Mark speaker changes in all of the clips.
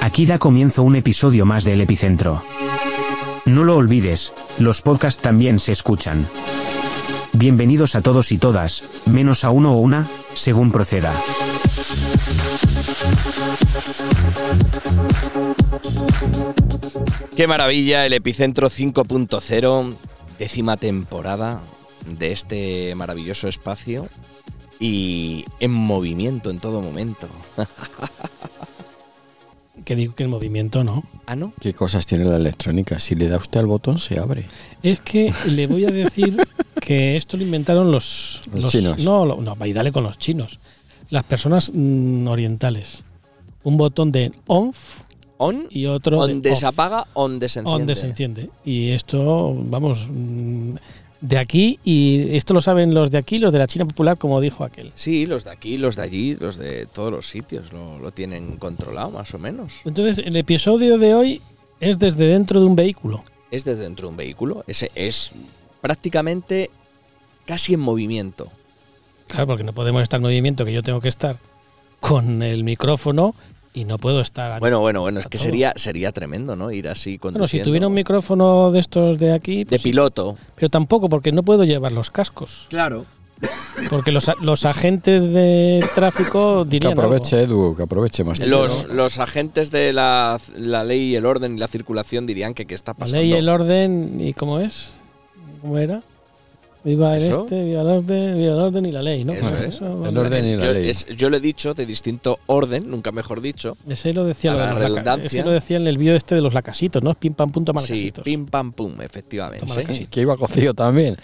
Speaker 1: Aquí da comienzo un episodio más del Epicentro. No lo olvides, los podcasts también se escuchan. Bienvenidos a todos y todas, menos a uno o una, según proceda.
Speaker 2: Qué maravilla, el Epicentro 5.0, décima temporada de este maravilloso espacio y en movimiento en todo momento.
Speaker 3: Que digo que el movimiento no.
Speaker 2: ah, ¿no?
Speaker 4: ¿Qué cosas tiene la electrónica? Si le da usted al botón, se abre.
Speaker 3: Es que le voy a decir que esto lo inventaron los,
Speaker 4: Los chinos.
Speaker 3: No, lo- no, y dale con los chinos. Las personas mm, orientales. Un botón de ONF
Speaker 2: On,
Speaker 3: y otro de
Speaker 2: donde se
Speaker 3: off,
Speaker 2: apaga, donde se enciende.
Speaker 3: donde se enciende. Y esto, vamos, mm, de aquí, y esto lo saben los de aquí, los de la China Popular, como dijo aquel.
Speaker 2: Sí, los de aquí, los de allí, los de todos los sitios lo, lo tienen controlado más o menos.
Speaker 3: Entonces, el episodio de hoy es desde dentro de un vehículo.
Speaker 2: Es desde dentro de un vehículo, es, es prácticamente casi en movimiento.
Speaker 3: Claro, porque no podemos estar en movimiento, que yo tengo que estar con el micrófono y no puedo estar a-
Speaker 2: Bueno, bueno, bueno, es
Speaker 3: A
Speaker 2: que
Speaker 3: todo.
Speaker 2: sería, sería tremendo, ¿no? Ir así
Speaker 3: Bueno, si
Speaker 2: conduciendo.
Speaker 3: tuviera un micrófono de estos de aquí,
Speaker 2: De
Speaker 3: pues sí.
Speaker 2: piloto.
Speaker 3: pero tampoco porque no puedo llevar los cascos,
Speaker 2: Claro.
Speaker 3: porque los, a- los agentes de tráfico
Speaker 4: Que
Speaker 3: dirían algo.
Speaker 4: aproveche, Edu, que aproveche más.
Speaker 2: Los,
Speaker 4: tiempo.
Speaker 2: los agentes de la, la ley y el orden y la circulación dirían que qué está
Speaker 3: la
Speaker 2: pasando.
Speaker 3: ley, el orden y cómo es, cómo era. Viva el
Speaker 2: ¿Eso?
Speaker 3: este, viva el orden, viva el orden y la ley, ¿no? Pues
Speaker 2: Eso es.
Speaker 3: vamos.
Speaker 4: El orden y la
Speaker 2: yo,
Speaker 4: ley.
Speaker 2: es- yo lo he dicho de distinto orden, nunca mejor dicho.
Speaker 3: Ese lo decía
Speaker 2: Para
Speaker 3: lo
Speaker 2: la
Speaker 3: de los laca-
Speaker 2: redundancia.
Speaker 3: ese lo decía en el vídeo este de los lacasitos, ¿no? Pim pam punto
Speaker 2: Sí,
Speaker 3: malacasitos.
Speaker 2: pim pam pum, efectivamente.
Speaker 3: Toma la
Speaker 2: Sí.
Speaker 3: casi.
Speaker 4: Ah, Que iba cocido también.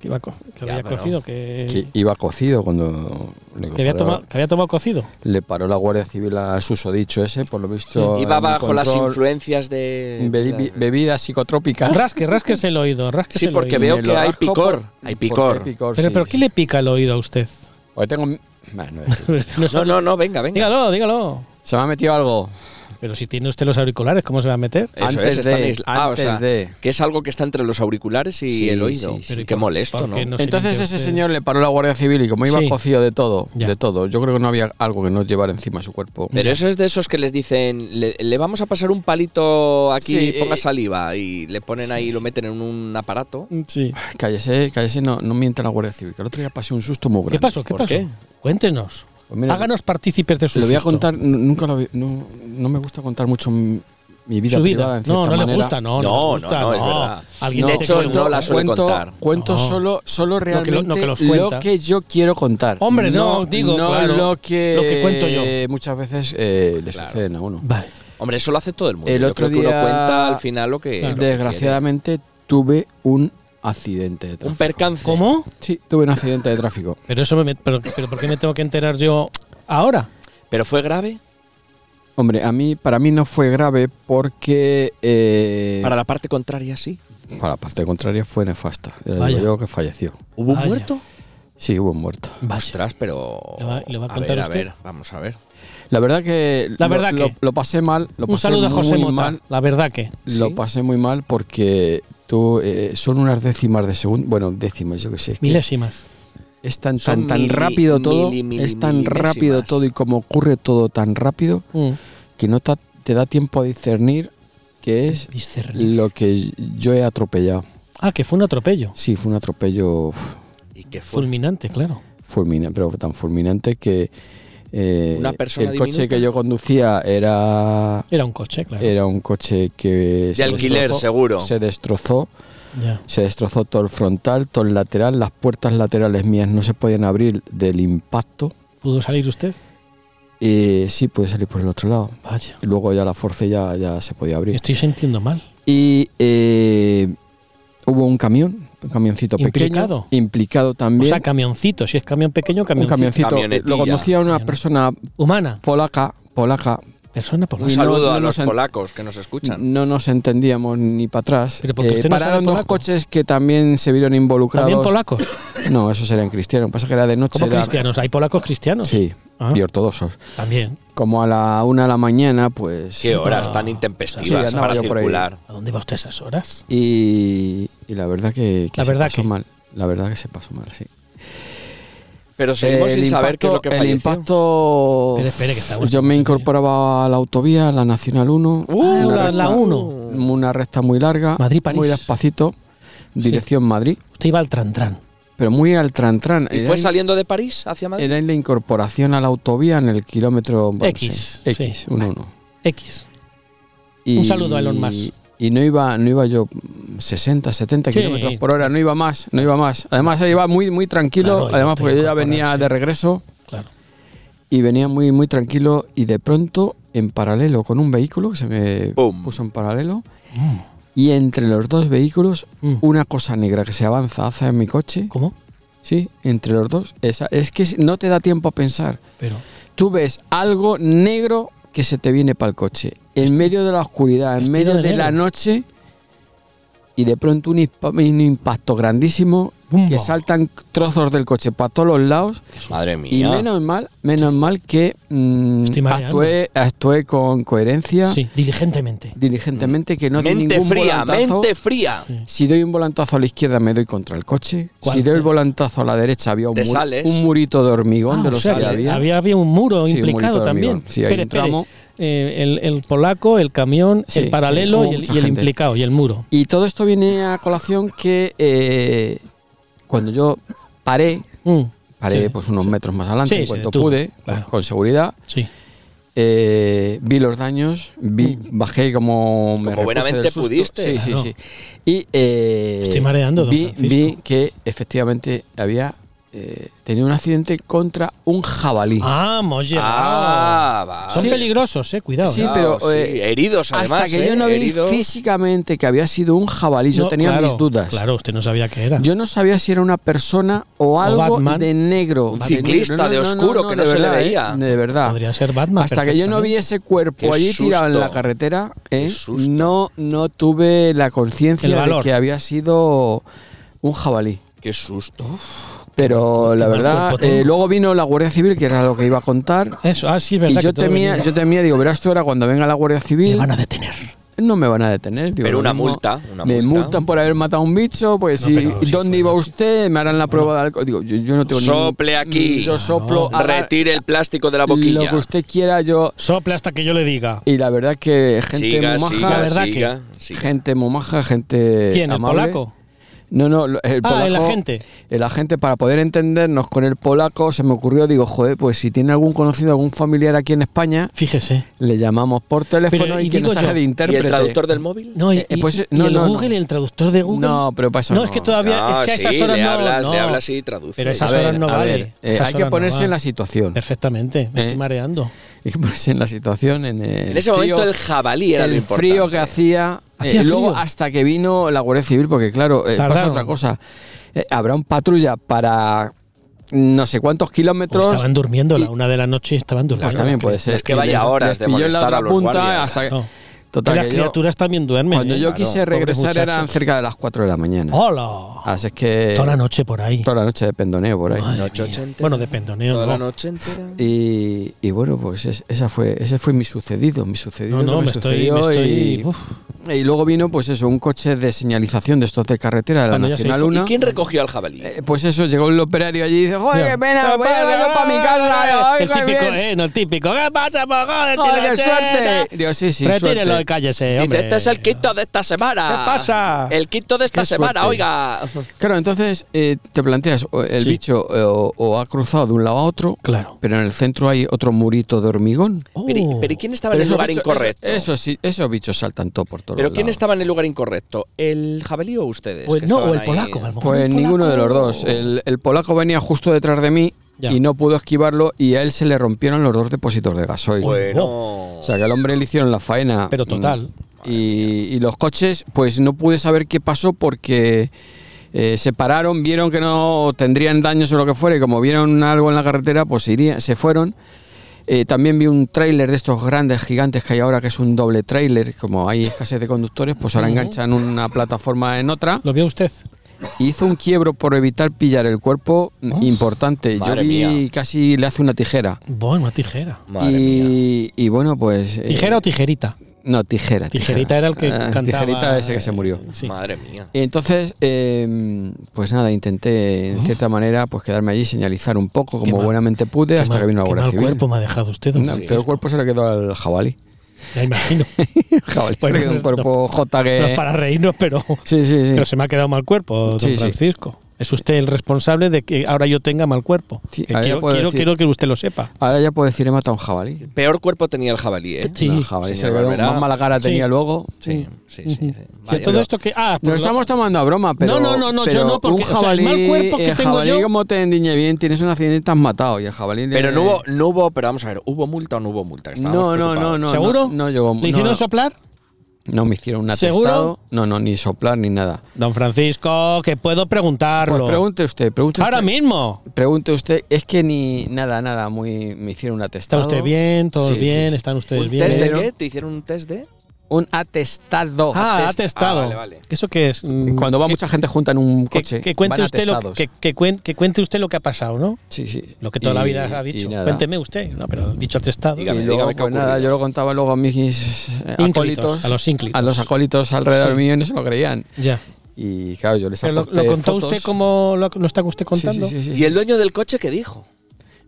Speaker 3: que, iba co- que
Speaker 2: Ya,
Speaker 3: había
Speaker 2: pero-
Speaker 3: cocido, que,
Speaker 4: Que iba cocido cuando le,
Speaker 3: que había
Speaker 4: paró-
Speaker 3: tomado, que había tomado cocido.
Speaker 4: le paró la Guardia Civil a susodicho ese, por lo visto.
Speaker 2: Iba
Speaker 4: en un
Speaker 2: bajo las
Speaker 4: control,
Speaker 2: influencias de.
Speaker 4: bebi- Bebidas psicotrópicas.
Speaker 3: Rasque, rasquese el oído, rasquese
Speaker 2: Sí,
Speaker 3: el
Speaker 2: porque
Speaker 3: oído.
Speaker 2: veo
Speaker 4: Me
Speaker 2: que
Speaker 4: lo
Speaker 2: hay
Speaker 4: rasco por-
Speaker 2: picor, hay
Speaker 4: porque
Speaker 2: picor.
Speaker 3: Pero,
Speaker 4: sí.
Speaker 3: pero ¿qué le pica el oído a usted? Pues,
Speaker 4: Hoy tengo. Nah, no voy a decir.
Speaker 2: No, no, no, venga, venga.
Speaker 3: Dígalo, dígalo.
Speaker 4: Se me ha metido algo.
Speaker 3: Pero si tiene usted los auriculares, ¿cómo se va a meter?
Speaker 2: Eso
Speaker 4: Antes
Speaker 2: es, están
Speaker 4: de,
Speaker 2: aisla- ah, o
Speaker 4: antes
Speaker 2: sea,
Speaker 4: de.
Speaker 2: Que es algo que está entre los auriculares y
Speaker 4: Sí,
Speaker 2: el oído.
Speaker 4: sí, sí.
Speaker 3: Pero ¿y
Speaker 2: Qué
Speaker 3: por-
Speaker 2: molesto,
Speaker 3: por
Speaker 2: ¿no?
Speaker 3: qué no se
Speaker 4: Entonces
Speaker 3: limpia
Speaker 4: ese
Speaker 3: usted?
Speaker 4: señor le paró la Guardia Civil y como iba
Speaker 3: Sí.
Speaker 4: cocido de todo,
Speaker 3: Ya.
Speaker 4: de todo, yo creo que no había algo que no llevar encima su cuerpo.
Speaker 2: Pero eso es de esos que les dicen, le, le vamos a pasar un palito aquí,
Speaker 4: Sí,
Speaker 2: ponga
Speaker 4: eh,
Speaker 2: saliva, y le ponen ahí, lo meten en un aparato.
Speaker 3: Sí.
Speaker 4: Cállese, cállese, no, no miente la Guardia Civil, que el otro día pasé un susto muy grande.
Speaker 3: ¿Qué pasó? ¿Qué
Speaker 2: ¿Por
Speaker 3: pasó?
Speaker 2: qué?
Speaker 3: Cuéntenos.
Speaker 4: Pues mira,
Speaker 3: Háganos partícipes de su
Speaker 4: Lo voy a
Speaker 3: susto.
Speaker 4: contar, n- nunca lo había- no, no me gusta contar mucho m- mi vida
Speaker 3: Su
Speaker 4: privada,
Speaker 3: vida. No,
Speaker 4: en cierta
Speaker 3: no le
Speaker 4: manera.
Speaker 3: gusta,
Speaker 2: No,
Speaker 3: no. le gusta,
Speaker 2: no, no, es verdad.
Speaker 3: Alguien
Speaker 2: De
Speaker 3: te
Speaker 2: hecho,
Speaker 3: cuenta.
Speaker 2: no la suele
Speaker 4: cuento,
Speaker 2: contar.
Speaker 4: Cuento
Speaker 3: No.
Speaker 4: solo,
Speaker 3: que
Speaker 4: solo
Speaker 3: lo-
Speaker 4: realmente
Speaker 3: lo que los cuenta.
Speaker 4: yo quiero contar.
Speaker 3: Hombre, no, digo,
Speaker 4: no
Speaker 3: claro,
Speaker 4: lo que,
Speaker 3: lo que cuento yo.
Speaker 4: Muchas veces eh, le
Speaker 2: Claro.
Speaker 4: suceden a uno.
Speaker 3: Vale.
Speaker 2: Hombre, eso lo hace todo el mundo.
Speaker 4: El
Speaker 2: Yo
Speaker 4: otro
Speaker 2: creo que uno
Speaker 4: día,
Speaker 2: cuenta al final lo que.
Speaker 3: claro.
Speaker 2: lo que
Speaker 4: Desgraciadamente tuve un accidente de
Speaker 2: quiere. Un
Speaker 4: tráfico.
Speaker 2: percance.
Speaker 3: ¿Cómo?
Speaker 4: Sí, tuve un accidente de tráfico.
Speaker 3: Pero eso me met- pero, pero ¿por qué me tengo que enterar yo ahora?
Speaker 2: ¿Pero fue grave?
Speaker 4: Hombre, a mí, para mí no fue grave porque eh,
Speaker 2: Para la parte contraria, sí.
Speaker 4: para la parte contraria fue nefasta. Ya le
Speaker 3: Vaya.
Speaker 4: digo yo que falleció.
Speaker 2: ¿Hubo un
Speaker 3: Vaya.
Speaker 2: muerto?
Speaker 4: Sí, hubo un muerto.
Speaker 3: Vaya.
Speaker 2: Ostras, pero.
Speaker 3: ¿Le va- le va a
Speaker 2: a
Speaker 3: contar
Speaker 2: ver,
Speaker 3: usted?
Speaker 2: a ver, vamos a ver.
Speaker 4: La verdad que
Speaker 3: La
Speaker 4: lo-
Speaker 3: verdad
Speaker 4: lo,
Speaker 3: que-
Speaker 4: lo pasé mal, lo
Speaker 3: Un
Speaker 4: pasé
Speaker 3: saludo a José
Speaker 4: muy
Speaker 3: Mota.
Speaker 4: mal,
Speaker 3: La verdad que.
Speaker 4: lo
Speaker 2: Sí.
Speaker 4: pasé muy mal porque tú eh, son unas décimas de segundo, bueno, décimas, yo qué sé. es que
Speaker 3: Milésimas.
Speaker 4: es tan
Speaker 2: Son
Speaker 4: tan, tan
Speaker 2: mili-
Speaker 4: rápido todo,
Speaker 2: mili- mili-
Speaker 4: es tan
Speaker 2: milimésimas.
Speaker 4: rápido todo y como ocurre todo tan rápido
Speaker 3: Mm.
Speaker 4: que no ta- te da tiempo a discernir qué es
Speaker 3: Discernir.
Speaker 4: lo que yo he atropellado.
Speaker 3: Ah, que fue un atropello.
Speaker 4: Sí, fue un atropello uf,
Speaker 2: ¿Y qué
Speaker 4: Pues
Speaker 2: fue?
Speaker 3: Fulminante, claro.
Speaker 4: fulminante, pero tan fulminante que eh,
Speaker 2: Una persona
Speaker 4: el coche
Speaker 2: diminuta.
Speaker 4: que yo conducía era
Speaker 3: Era un coche, claro.
Speaker 4: era un coche que
Speaker 2: De alquiler,
Speaker 4: destrozó-
Speaker 2: seguro.
Speaker 4: se destrozó,
Speaker 3: Ya.
Speaker 4: se destrozó todo el frontal, todo el lateral, las puertas laterales mías no se podían abrir del impacto.
Speaker 3: ¿Pudo salir usted?
Speaker 4: Eh, sí, puede salir por el otro lado.
Speaker 3: Vaya.
Speaker 4: Y luego ya la force ya, ya se podía
Speaker 3: Me
Speaker 4: abrir.
Speaker 3: estoy sintiendo mal.
Speaker 4: Y eh, hubo un camión, un camioncito
Speaker 3: Implicado.
Speaker 4: pequeño, implicado
Speaker 3: O
Speaker 4: también.
Speaker 3: sea, camioncito. Si es camión pequeño,
Speaker 4: un
Speaker 3: camioncito.
Speaker 4: camioncito.
Speaker 2: Camionetilla.
Speaker 4: Lo conducía una
Speaker 3: Camioneta.
Speaker 4: persona
Speaker 3: Humana.
Speaker 4: polaca, polaca.
Speaker 3: Persona por
Speaker 2: Un
Speaker 4: Y no-
Speaker 2: saludo
Speaker 4: no
Speaker 2: a los
Speaker 4: nos en- Mm,
Speaker 2: polacos que nos escuchan.
Speaker 4: No nos entendíamos ni para atrás. Eh,
Speaker 3: Pero porque usted no sabe
Speaker 4: pararon dos
Speaker 3: polaco.
Speaker 4: coches que también se vieron involucrados.
Speaker 3: También polacos.
Speaker 4: No, esos eran cristianos. Pasa que era de noche.
Speaker 3: ¿Cómo
Speaker 4: era-
Speaker 3: cristianos? ¿Hay polacos cristianos?
Speaker 4: Sí,
Speaker 3: Ah,
Speaker 4: y ortodoxos.
Speaker 3: También.
Speaker 4: Como a la una de la mañana, pues.
Speaker 2: Qué horas
Speaker 3: Ah,
Speaker 2: tan
Speaker 4: sí,
Speaker 2: intempestivas
Speaker 4: andaba
Speaker 2: para
Speaker 4: yo por ahí.
Speaker 2: circular.
Speaker 3: ¿A dónde va usted a esas horas?
Speaker 4: Y, y la verdad que, que
Speaker 3: La
Speaker 4: se
Speaker 3: verdad
Speaker 4: pasó
Speaker 3: que-
Speaker 4: mal. La verdad que se pasó mal, sí.
Speaker 2: Pero seguimos sin saber qué es lo que
Speaker 4: el
Speaker 2: falleció.
Speaker 4: impacto.
Speaker 3: Espere, espere, que está bueno.
Speaker 4: yo me incorporaba a la autovía, a la Nacional
Speaker 2: Uh,
Speaker 4: 1.
Speaker 3: Ah,
Speaker 4: Uh, una
Speaker 3: la- la
Speaker 4: recta-
Speaker 3: 1.
Speaker 4: Una recta muy larga.
Speaker 3: Madrid-París.
Speaker 4: Muy despacito. Dirección Madrid.
Speaker 3: Usted iba al Trantran.
Speaker 4: Pero muy al tran-tran.
Speaker 2: ¿Y
Speaker 4: Era
Speaker 2: fue
Speaker 4: in-
Speaker 2: saliendo de París hacia Madrid?
Speaker 4: Era en la incorporación a la autovía en el kilómetro bueno,
Speaker 3: X,
Speaker 4: sí,
Speaker 3: sí.
Speaker 4: X, uno, uno.
Speaker 3: X.
Speaker 4: Y-
Speaker 3: Un saludo a Elon Musk.
Speaker 4: Y no iba, no iba yo mm, 60, 70
Speaker 3: Sí.
Speaker 4: kilómetros por hora, no iba más, no iba más. Además, iba muy, muy tranquilo,
Speaker 3: Claro, y
Speaker 4: además
Speaker 3: esto
Speaker 4: porque yo ya
Speaker 3: incorporarse.
Speaker 4: venía de regreso
Speaker 3: Claro.
Speaker 4: y venía muy, muy tranquilo y de pronto, en paralelo con un vehículo, que se me
Speaker 2: Pum.
Speaker 4: puso en paralelo, y entre los dos vehículos,
Speaker 3: Mm.
Speaker 4: una cosa negra que se avanza hacia mi coche,
Speaker 3: ¿Cómo?
Speaker 4: sí, entre los dos. Esa, es que no te da tiempo a pensar.
Speaker 3: Pero.
Speaker 4: tú ves algo negro que se te viene para el coche. En medio de la oscuridad, en
Speaker 3: Vestido
Speaker 4: medio
Speaker 3: de
Speaker 4: de la
Speaker 3: negro.
Speaker 4: noche. Y de pronto un, ispa- un impacto grandísimo.
Speaker 3: Bumba.
Speaker 4: Que saltan trozos del coche para todos los lados.
Speaker 2: Madre
Speaker 4: Y
Speaker 2: mía.
Speaker 4: menos mal, menos mal que mm,
Speaker 3: Estoy mareando.
Speaker 4: actué, actué con coherencia,
Speaker 3: Sí, diligentemente.
Speaker 4: diligentemente, que no di
Speaker 2: mente
Speaker 4: ningún
Speaker 2: fría,
Speaker 4: volantazo.
Speaker 2: mente fría.
Speaker 4: Si doy un volantazo a la izquierda me doy contra el coche. Si
Speaker 3: ¿Cuál?
Speaker 4: doy el volantazo a la derecha había un,
Speaker 2: Te
Speaker 4: mur-
Speaker 2: sales.
Speaker 4: un murito de hormigón
Speaker 3: Ah,
Speaker 4: de
Speaker 3: o
Speaker 4: los
Speaker 3: sea,
Speaker 4: que había.
Speaker 3: había. había un muro
Speaker 4: Sí, un murito
Speaker 3: implicado
Speaker 4: de
Speaker 3: también.
Speaker 4: hormigón. Sí, hay
Speaker 3: Espere,
Speaker 4: un
Speaker 3: espere.
Speaker 4: tramo.
Speaker 3: Eh, el, el polaco, el camión,
Speaker 4: Sí, eh,
Speaker 3: el paralelo
Speaker 4: hubo
Speaker 3: y, el,
Speaker 4: mucha
Speaker 3: y el
Speaker 4: gente.
Speaker 3: implicado y el muro.
Speaker 4: Y todo esto viene a colación que eh, cuando yo paré,
Speaker 3: Mm,
Speaker 4: paré
Speaker 3: Sí,
Speaker 4: pues unos metros más adelante,
Speaker 3: Sí,
Speaker 4: en
Speaker 3: se
Speaker 4: cuanto
Speaker 3: detuvo,
Speaker 4: pude,
Speaker 3: claro.
Speaker 4: con seguridad,
Speaker 3: sí.
Speaker 4: eh, vi los daños, vi, bajé como me repuse
Speaker 2: buenamente
Speaker 4: del susto.
Speaker 2: pudiste,
Speaker 4: Sí,
Speaker 3: Mm. claro.
Speaker 4: sí, sí. Y eh,
Speaker 3: Estoy mareando, don
Speaker 4: vi,
Speaker 3: Francisco.
Speaker 4: vi que efectivamente había eh, tenido un accidente contra un jabalí.
Speaker 3: Ah, hemos llegado.
Speaker 2: Ah, va.
Speaker 3: Son
Speaker 4: sí.
Speaker 3: peligrosos, eh, cuidado.
Speaker 4: Sí,
Speaker 3: eh.
Speaker 2: Cuidado,
Speaker 4: pero, eh,
Speaker 2: Ah, heridos además.
Speaker 4: Hasta que
Speaker 2: eh,
Speaker 4: yo no vi
Speaker 2: heridos.
Speaker 4: físicamente que había sido un jabalí, yo
Speaker 3: No,
Speaker 4: tenía
Speaker 3: claro,
Speaker 4: mis dudas.
Speaker 3: Claro, usted no sabía qué era.
Speaker 4: Yo no sabía si era una persona o algo
Speaker 3: Batman.
Speaker 4: de negro.
Speaker 2: Un
Speaker 4: de
Speaker 2: ciclista
Speaker 4: negro.
Speaker 2: de oscuro que no
Speaker 4: de
Speaker 2: se le
Speaker 4: verdad,
Speaker 2: veía.
Speaker 4: ¿eh? De verdad.
Speaker 3: Podría ser Batman.
Speaker 4: Hasta que yo no vi ese cuerpo
Speaker 2: Qué
Speaker 4: allí tirado en la
Speaker 2: susto.
Speaker 4: carretera, ¿eh?
Speaker 2: Qué susto.
Speaker 4: no, no tuve la
Speaker 3: El
Speaker 4: conciencia de
Speaker 3: valor.
Speaker 4: que había sido un jabalí.
Speaker 2: Qué susto.
Speaker 4: Pero la
Speaker 3: mal
Speaker 4: verdad,
Speaker 3: cuerpo tengo.
Speaker 4: eh, luego vino la Guardia Civil, que era lo que iba a contar.
Speaker 3: perfectamente. Eso, ah, sí, es verdad.
Speaker 4: Y yo
Speaker 3: que todo
Speaker 4: temía,
Speaker 3: venía-
Speaker 4: yo temía, digo, verás tú ahora cuando venga la Guardia
Speaker 3: Me
Speaker 4: Civil,
Speaker 3: van a detener.
Speaker 4: no me van a detener. digo,
Speaker 2: Pero
Speaker 4: lo
Speaker 2: una
Speaker 4: mismo
Speaker 2: multa, una
Speaker 4: me
Speaker 2: multa.
Speaker 4: multan por haber matado a un bicho, pues
Speaker 3: No,
Speaker 4: si
Speaker 3: pero si
Speaker 4: ¿dónde
Speaker 3: fue
Speaker 4: iba
Speaker 3: así.
Speaker 4: usted? Me harán la prueba de alcohol. Digo, yo, yo no tengo ningún- Mm,
Speaker 2: Sople aquí.
Speaker 4: Yo soplo.
Speaker 3: Ah, no.
Speaker 4: haga
Speaker 2: Retire el plástico de la
Speaker 4: lo
Speaker 2: boquilla.
Speaker 4: que usted quiera, yo.
Speaker 3: Sopla hasta que yo le diga.
Speaker 4: Y la verdad que gente
Speaker 2: Siga,
Speaker 4: muy
Speaker 2: siga,
Speaker 4: maja,
Speaker 3: ¿verdad que-
Speaker 2: siga, siga.
Speaker 4: gente muy maja, gente
Speaker 3: ¿Quién? ¿El
Speaker 4: eh, amable.
Speaker 3: polaco?
Speaker 4: No, no, lo- el polaco.
Speaker 3: Ah, el agente.
Speaker 4: El agente, para poder entendernos con el polaco, se me ocurrió, digo, joder, pues si tiene algún conocido, algún familiar aquí en España,
Speaker 3: Fíjese.
Speaker 4: le llamamos por teléfono
Speaker 3: Pero,
Speaker 4: y,
Speaker 3: y
Speaker 4: que
Speaker 3: digo
Speaker 4: nos haga
Speaker 3: yo,
Speaker 4: de
Speaker 3: ¿y el
Speaker 2: ¿Y
Speaker 4: intérprete.
Speaker 2: el traductor del móvil?
Speaker 3: No, y,
Speaker 4: Eh, pues,
Speaker 3: y-
Speaker 4: no,
Speaker 3: y el
Speaker 4: no, no.
Speaker 3: Google, el traductor de Google.
Speaker 4: No, pero para eso
Speaker 3: No, es que todavía.
Speaker 2: No,
Speaker 3: es que a esas
Speaker 2: sí,
Speaker 3: horas
Speaker 2: le
Speaker 3: no.
Speaker 2: hablas,
Speaker 3: no.
Speaker 2: le hablas y traduces.
Speaker 3: Pero
Speaker 4: A
Speaker 3: esas
Speaker 4: ver,
Speaker 3: horas no
Speaker 4: a
Speaker 3: vale.
Speaker 4: ver, eh,
Speaker 3: Esas
Speaker 4: hay
Speaker 3: horas
Speaker 4: que
Speaker 3: no
Speaker 4: ponerse
Speaker 3: va.
Speaker 4: en la situación.
Speaker 3: Perfectamente, me
Speaker 4: Eh.
Speaker 3: estoy mareando.
Speaker 4: Hay que ponerse en la situación. En, el
Speaker 2: En ese
Speaker 4: frío,
Speaker 2: momento el jabalí era lo
Speaker 4: el
Speaker 2: importante.
Speaker 4: frío que hacía. eh,
Speaker 3: ¿Hacía
Speaker 4: luego
Speaker 3: frío?
Speaker 4: hasta que vino la Guardia Civil, porque claro, eh, pasa
Speaker 3: Tardaron.
Speaker 4: otra cosa. Eh, habrá un patrulla para no sé cuántos
Speaker 3: Porque
Speaker 4: kilómetros.
Speaker 3: estaban durmiendo a la
Speaker 4: y-
Speaker 3: una de la noche, estaban durmiendo.
Speaker 4: Pues también puede ser.
Speaker 2: Es que vaya
Speaker 4: Les-
Speaker 2: horas
Speaker 4: les
Speaker 2: de
Speaker 4: pilló en la
Speaker 2: molestar a
Speaker 4: otra
Speaker 2: los
Speaker 4: punta
Speaker 2: guardias.
Speaker 4: hasta que-
Speaker 3: No.
Speaker 4: total,
Speaker 3: las
Speaker 4: que yo-
Speaker 3: criaturas también duermen.
Speaker 4: cuando
Speaker 3: ¿eh?
Speaker 4: yo quise
Speaker 3: Pobres
Speaker 4: regresar eran
Speaker 3: muchachos.
Speaker 4: cerca de las 4 de la mañana.
Speaker 3: ¡Hola!
Speaker 4: Así es que
Speaker 3: Toda la noche por ahí.
Speaker 4: toda la noche de pendoneo por ahí.
Speaker 3: Madre
Speaker 2: noche
Speaker 3: mía.
Speaker 2: ochenta.
Speaker 3: Bueno, de pendoneo.
Speaker 2: Toda la
Speaker 3: No,
Speaker 2: noche entera.
Speaker 4: Y, y bueno, pues es- esa fue, ese fue mi sucedido, mi sucedido
Speaker 3: no,
Speaker 4: que
Speaker 3: no,
Speaker 4: me,
Speaker 3: me estoy.
Speaker 4: sucedió
Speaker 3: Me
Speaker 4: y,
Speaker 3: estoy uf.
Speaker 4: Y luego vino, pues eso, un coche de señalización de estos de carretera de la
Speaker 3: Cuando ya se
Speaker 4: Nacional
Speaker 3: hizo-
Speaker 4: 1.
Speaker 2: ¿Y quién recogió al jabalí?
Speaker 4: Eh, pues eso, llegó el operario allí y dice, joder,
Speaker 3: Ya. Ah,
Speaker 4: qué pena, voy a ir yo para mi casa. ay,
Speaker 3: El
Speaker 4: qué
Speaker 3: típico,
Speaker 4: bien,
Speaker 3: eh, no el típico. ¿Qué pasa, por joder,
Speaker 4: joder, qué
Speaker 3: chilecheta?
Speaker 4: suerte. Digo, sí, sí,
Speaker 3: Retírelo y
Speaker 4: suerte.
Speaker 3: cállese.
Speaker 2: Dice,
Speaker 3: hombre.
Speaker 2: este es el quinto de esta semana.
Speaker 3: ¿Qué pasa?
Speaker 2: El quinto de esta
Speaker 4: Qué
Speaker 2: semana,
Speaker 4: suerte. Oh.
Speaker 2: oiga.
Speaker 4: Claro, entonces eh, te planteas, o el
Speaker 3: Sí.
Speaker 4: bicho eh, o, o ha cruzado de un lado a otro,
Speaker 3: Claro.
Speaker 4: pero en el centro hay otro murito de hormigón.
Speaker 3: Oh.
Speaker 2: Pero, ¿y- pero ¿y quién estaba en
Speaker 4: Pero
Speaker 2: el
Speaker 4: esos
Speaker 2: lugar
Speaker 4: bichos-
Speaker 2: incorrecto?
Speaker 4: Eso, eso sí, esos bichos saltan todo por todos
Speaker 2: ¿Pero quién
Speaker 4: lados.
Speaker 2: estaba en el lugar incorrecto? ¿El jabalí o ustedes?
Speaker 3: O el-
Speaker 2: que
Speaker 3: Pues no,
Speaker 2: estaban
Speaker 3: o el
Speaker 2: ahí?
Speaker 3: polaco. a lo mejor
Speaker 4: Pues
Speaker 3: el
Speaker 4: ninguno de los
Speaker 3: polaco.
Speaker 4: dos. El, el polaco venía justo detrás de mí
Speaker 3: Ya.
Speaker 4: y no pudo esquivarlo y a él se le rompieron los dos depósitos de gasoil.
Speaker 2: Bueno.
Speaker 4: O sea que al hombre le hicieron la faena. Mm.
Speaker 3: Pero total.
Speaker 4: Y, y los coches, pues no pude saber qué pasó porque eh, se pararon, vieron que no tendrían daños o lo que fuera y como vieron algo en la carretera, pues se, irían- se fueron. Eh, también vi un tráiler de estos grandes gigantes que hay ahora, que es un doble tráiler. Como hay escasez de conductores, pues ahora enganchan una plataforma en otra.
Speaker 3: ¿Lo vio usted?
Speaker 4: y hizo un quiebro por evitar pillar el cuerpo importante. Yo
Speaker 2: Madre
Speaker 4: vi
Speaker 2: mía.
Speaker 4: casi le hace una tijera.
Speaker 3: Bueno, una tijera.
Speaker 2: Madre mía.
Speaker 4: y, y bueno, pues. eh,
Speaker 3: ¿Tijera o tijerita?
Speaker 4: No, tijera.
Speaker 3: Tijerita era el que
Speaker 4: Ah,
Speaker 3: cantaba.
Speaker 4: Tijerita ese que se murió.
Speaker 3: Sí.
Speaker 2: Madre mía.
Speaker 4: Y entonces, eh, pues nada, intenté en cierta manera pues quedarme allí, señalizar un poco como
Speaker 3: mal-
Speaker 4: buenamente pude
Speaker 3: Qué
Speaker 4: hasta
Speaker 3: mal-
Speaker 4: que vino la
Speaker 3: qué
Speaker 4: Guardia
Speaker 3: mal
Speaker 4: Civil.
Speaker 3: cuerpo me ha dejado usted. don
Speaker 4: No,
Speaker 3: Francisco.
Speaker 4: pero el cuerpo se le quedó al jabalí.
Speaker 3: Ya imagino.
Speaker 4: El jabalí se
Speaker 3: Bueno,
Speaker 4: le quedó un
Speaker 3: pues no-
Speaker 4: cuerpo J
Speaker 3: No
Speaker 4: que...
Speaker 3: es para reírnos, pero,
Speaker 4: Sí, sí, sí.
Speaker 3: pero se me ha quedado mal cuerpo, don
Speaker 4: Sí, sí.
Speaker 3: Francisco. Es usted el responsable de que ahora yo tenga mal cuerpo.
Speaker 4: Sí,
Speaker 3: Que
Speaker 4: ahora ya
Speaker 3: quiero,
Speaker 4: puedo
Speaker 3: quiero-
Speaker 4: decir.
Speaker 3: quiero que usted lo sepa.
Speaker 4: Ahora ya puedo decir, he matado a un jabalí.
Speaker 2: Peor cuerpo tenía el jabalí, ¿eh?
Speaker 3: Sí.
Speaker 4: No, el jabalí se
Speaker 2: señor
Speaker 4: le quedó
Speaker 2: Barberá.
Speaker 4: más mala cara
Speaker 3: Sí.
Speaker 4: tenía luego.
Speaker 2: Sí, sí, sí. sí.
Speaker 3: Sí,
Speaker 2: Vaya,
Speaker 3: todo
Speaker 2: pero-
Speaker 3: esto que. Ah,
Speaker 4: Nos
Speaker 3: por lo-
Speaker 4: estamos tomando a broma, pero.
Speaker 3: No, no, no, no, yo
Speaker 4: pero
Speaker 3: no, porque,
Speaker 4: un
Speaker 3: o sea, el
Speaker 4: jabalí,
Speaker 3: mal cuerpo que
Speaker 4: el
Speaker 3: tengo
Speaker 4: jabalí,
Speaker 3: yo-
Speaker 4: como te endiñe bien, tienes un accidente y te has matado. Y el jabalí. le-
Speaker 2: Pero no hubo, no hubo, pero vamos a ver, ¿hubo multa o no hubo multa? Que estábamos
Speaker 4: No, no, no,
Speaker 2: preocupados.
Speaker 4: no.
Speaker 3: ¿Seguro?
Speaker 4: No, no llegó.
Speaker 3: ¿Le hicieron
Speaker 4: no,
Speaker 3: soplar?
Speaker 4: no me hicieron un atestado.
Speaker 3: ¿Seguro?
Speaker 4: No, no, ni soplar ni nada.
Speaker 3: Don Francisco, que puedo preguntarlo.
Speaker 4: Pues pregunte usted, pregunte
Speaker 3: ahora
Speaker 4: usted.
Speaker 3: mismo.
Speaker 4: Pregunte usted, es que ni nada, nada, muy me hicieron un
Speaker 3: ¿Está
Speaker 4: atestado.
Speaker 3: usted bien? ¿Todos
Speaker 4: Sí, sí,
Speaker 3: bien?
Speaker 4: sí.
Speaker 3: ¿Están ustedes
Speaker 2: ¿Un
Speaker 3: bien?
Speaker 2: test de
Speaker 4: Pero-
Speaker 2: qué? ¿Te hicieron un test de?
Speaker 4: Un atestado.
Speaker 3: Ah,
Speaker 2: Atest-
Speaker 3: atestado.
Speaker 2: Ah, vale, vale.
Speaker 3: ¿Eso qué es? Mm,
Speaker 4: Cuando va
Speaker 3: que-
Speaker 4: mucha gente junta en un
Speaker 3: que-
Speaker 4: coche.
Speaker 3: que cuente
Speaker 4: van
Speaker 3: usted lo que,
Speaker 4: atestados.
Speaker 3: que cuen- que cuente usted lo que ha pasado, ¿no?
Speaker 4: sí, sí.
Speaker 3: Lo que toda la
Speaker 4: Y-
Speaker 3: vida ha
Speaker 4: y
Speaker 3: dicho.
Speaker 4: nada.
Speaker 3: Cuénteme usted, no, pero dicho atestado.
Speaker 4: Y
Speaker 2: Dígame,
Speaker 4: luego,
Speaker 2: dígame qué ha
Speaker 4: pues nada,
Speaker 2: ocurrido.
Speaker 4: yo lo contaba luego a mis eh,
Speaker 3: Ínclitos,
Speaker 4: acólitos.
Speaker 3: a los ínclitos.
Speaker 4: A los acólitos alrededor
Speaker 3: Sí.
Speaker 4: mío y no se lo creían.
Speaker 3: Ya.
Speaker 4: Y claro, yo les
Speaker 3: Pero lo,
Speaker 4: aporté
Speaker 3: lo contó
Speaker 4: eh, fotos.
Speaker 3: usted como lo, lo está usted
Speaker 4: Sí, sí,
Speaker 3: contando.
Speaker 4: sí, sí, sí.
Speaker 2: ¿Y el dueño del coche qué dijo?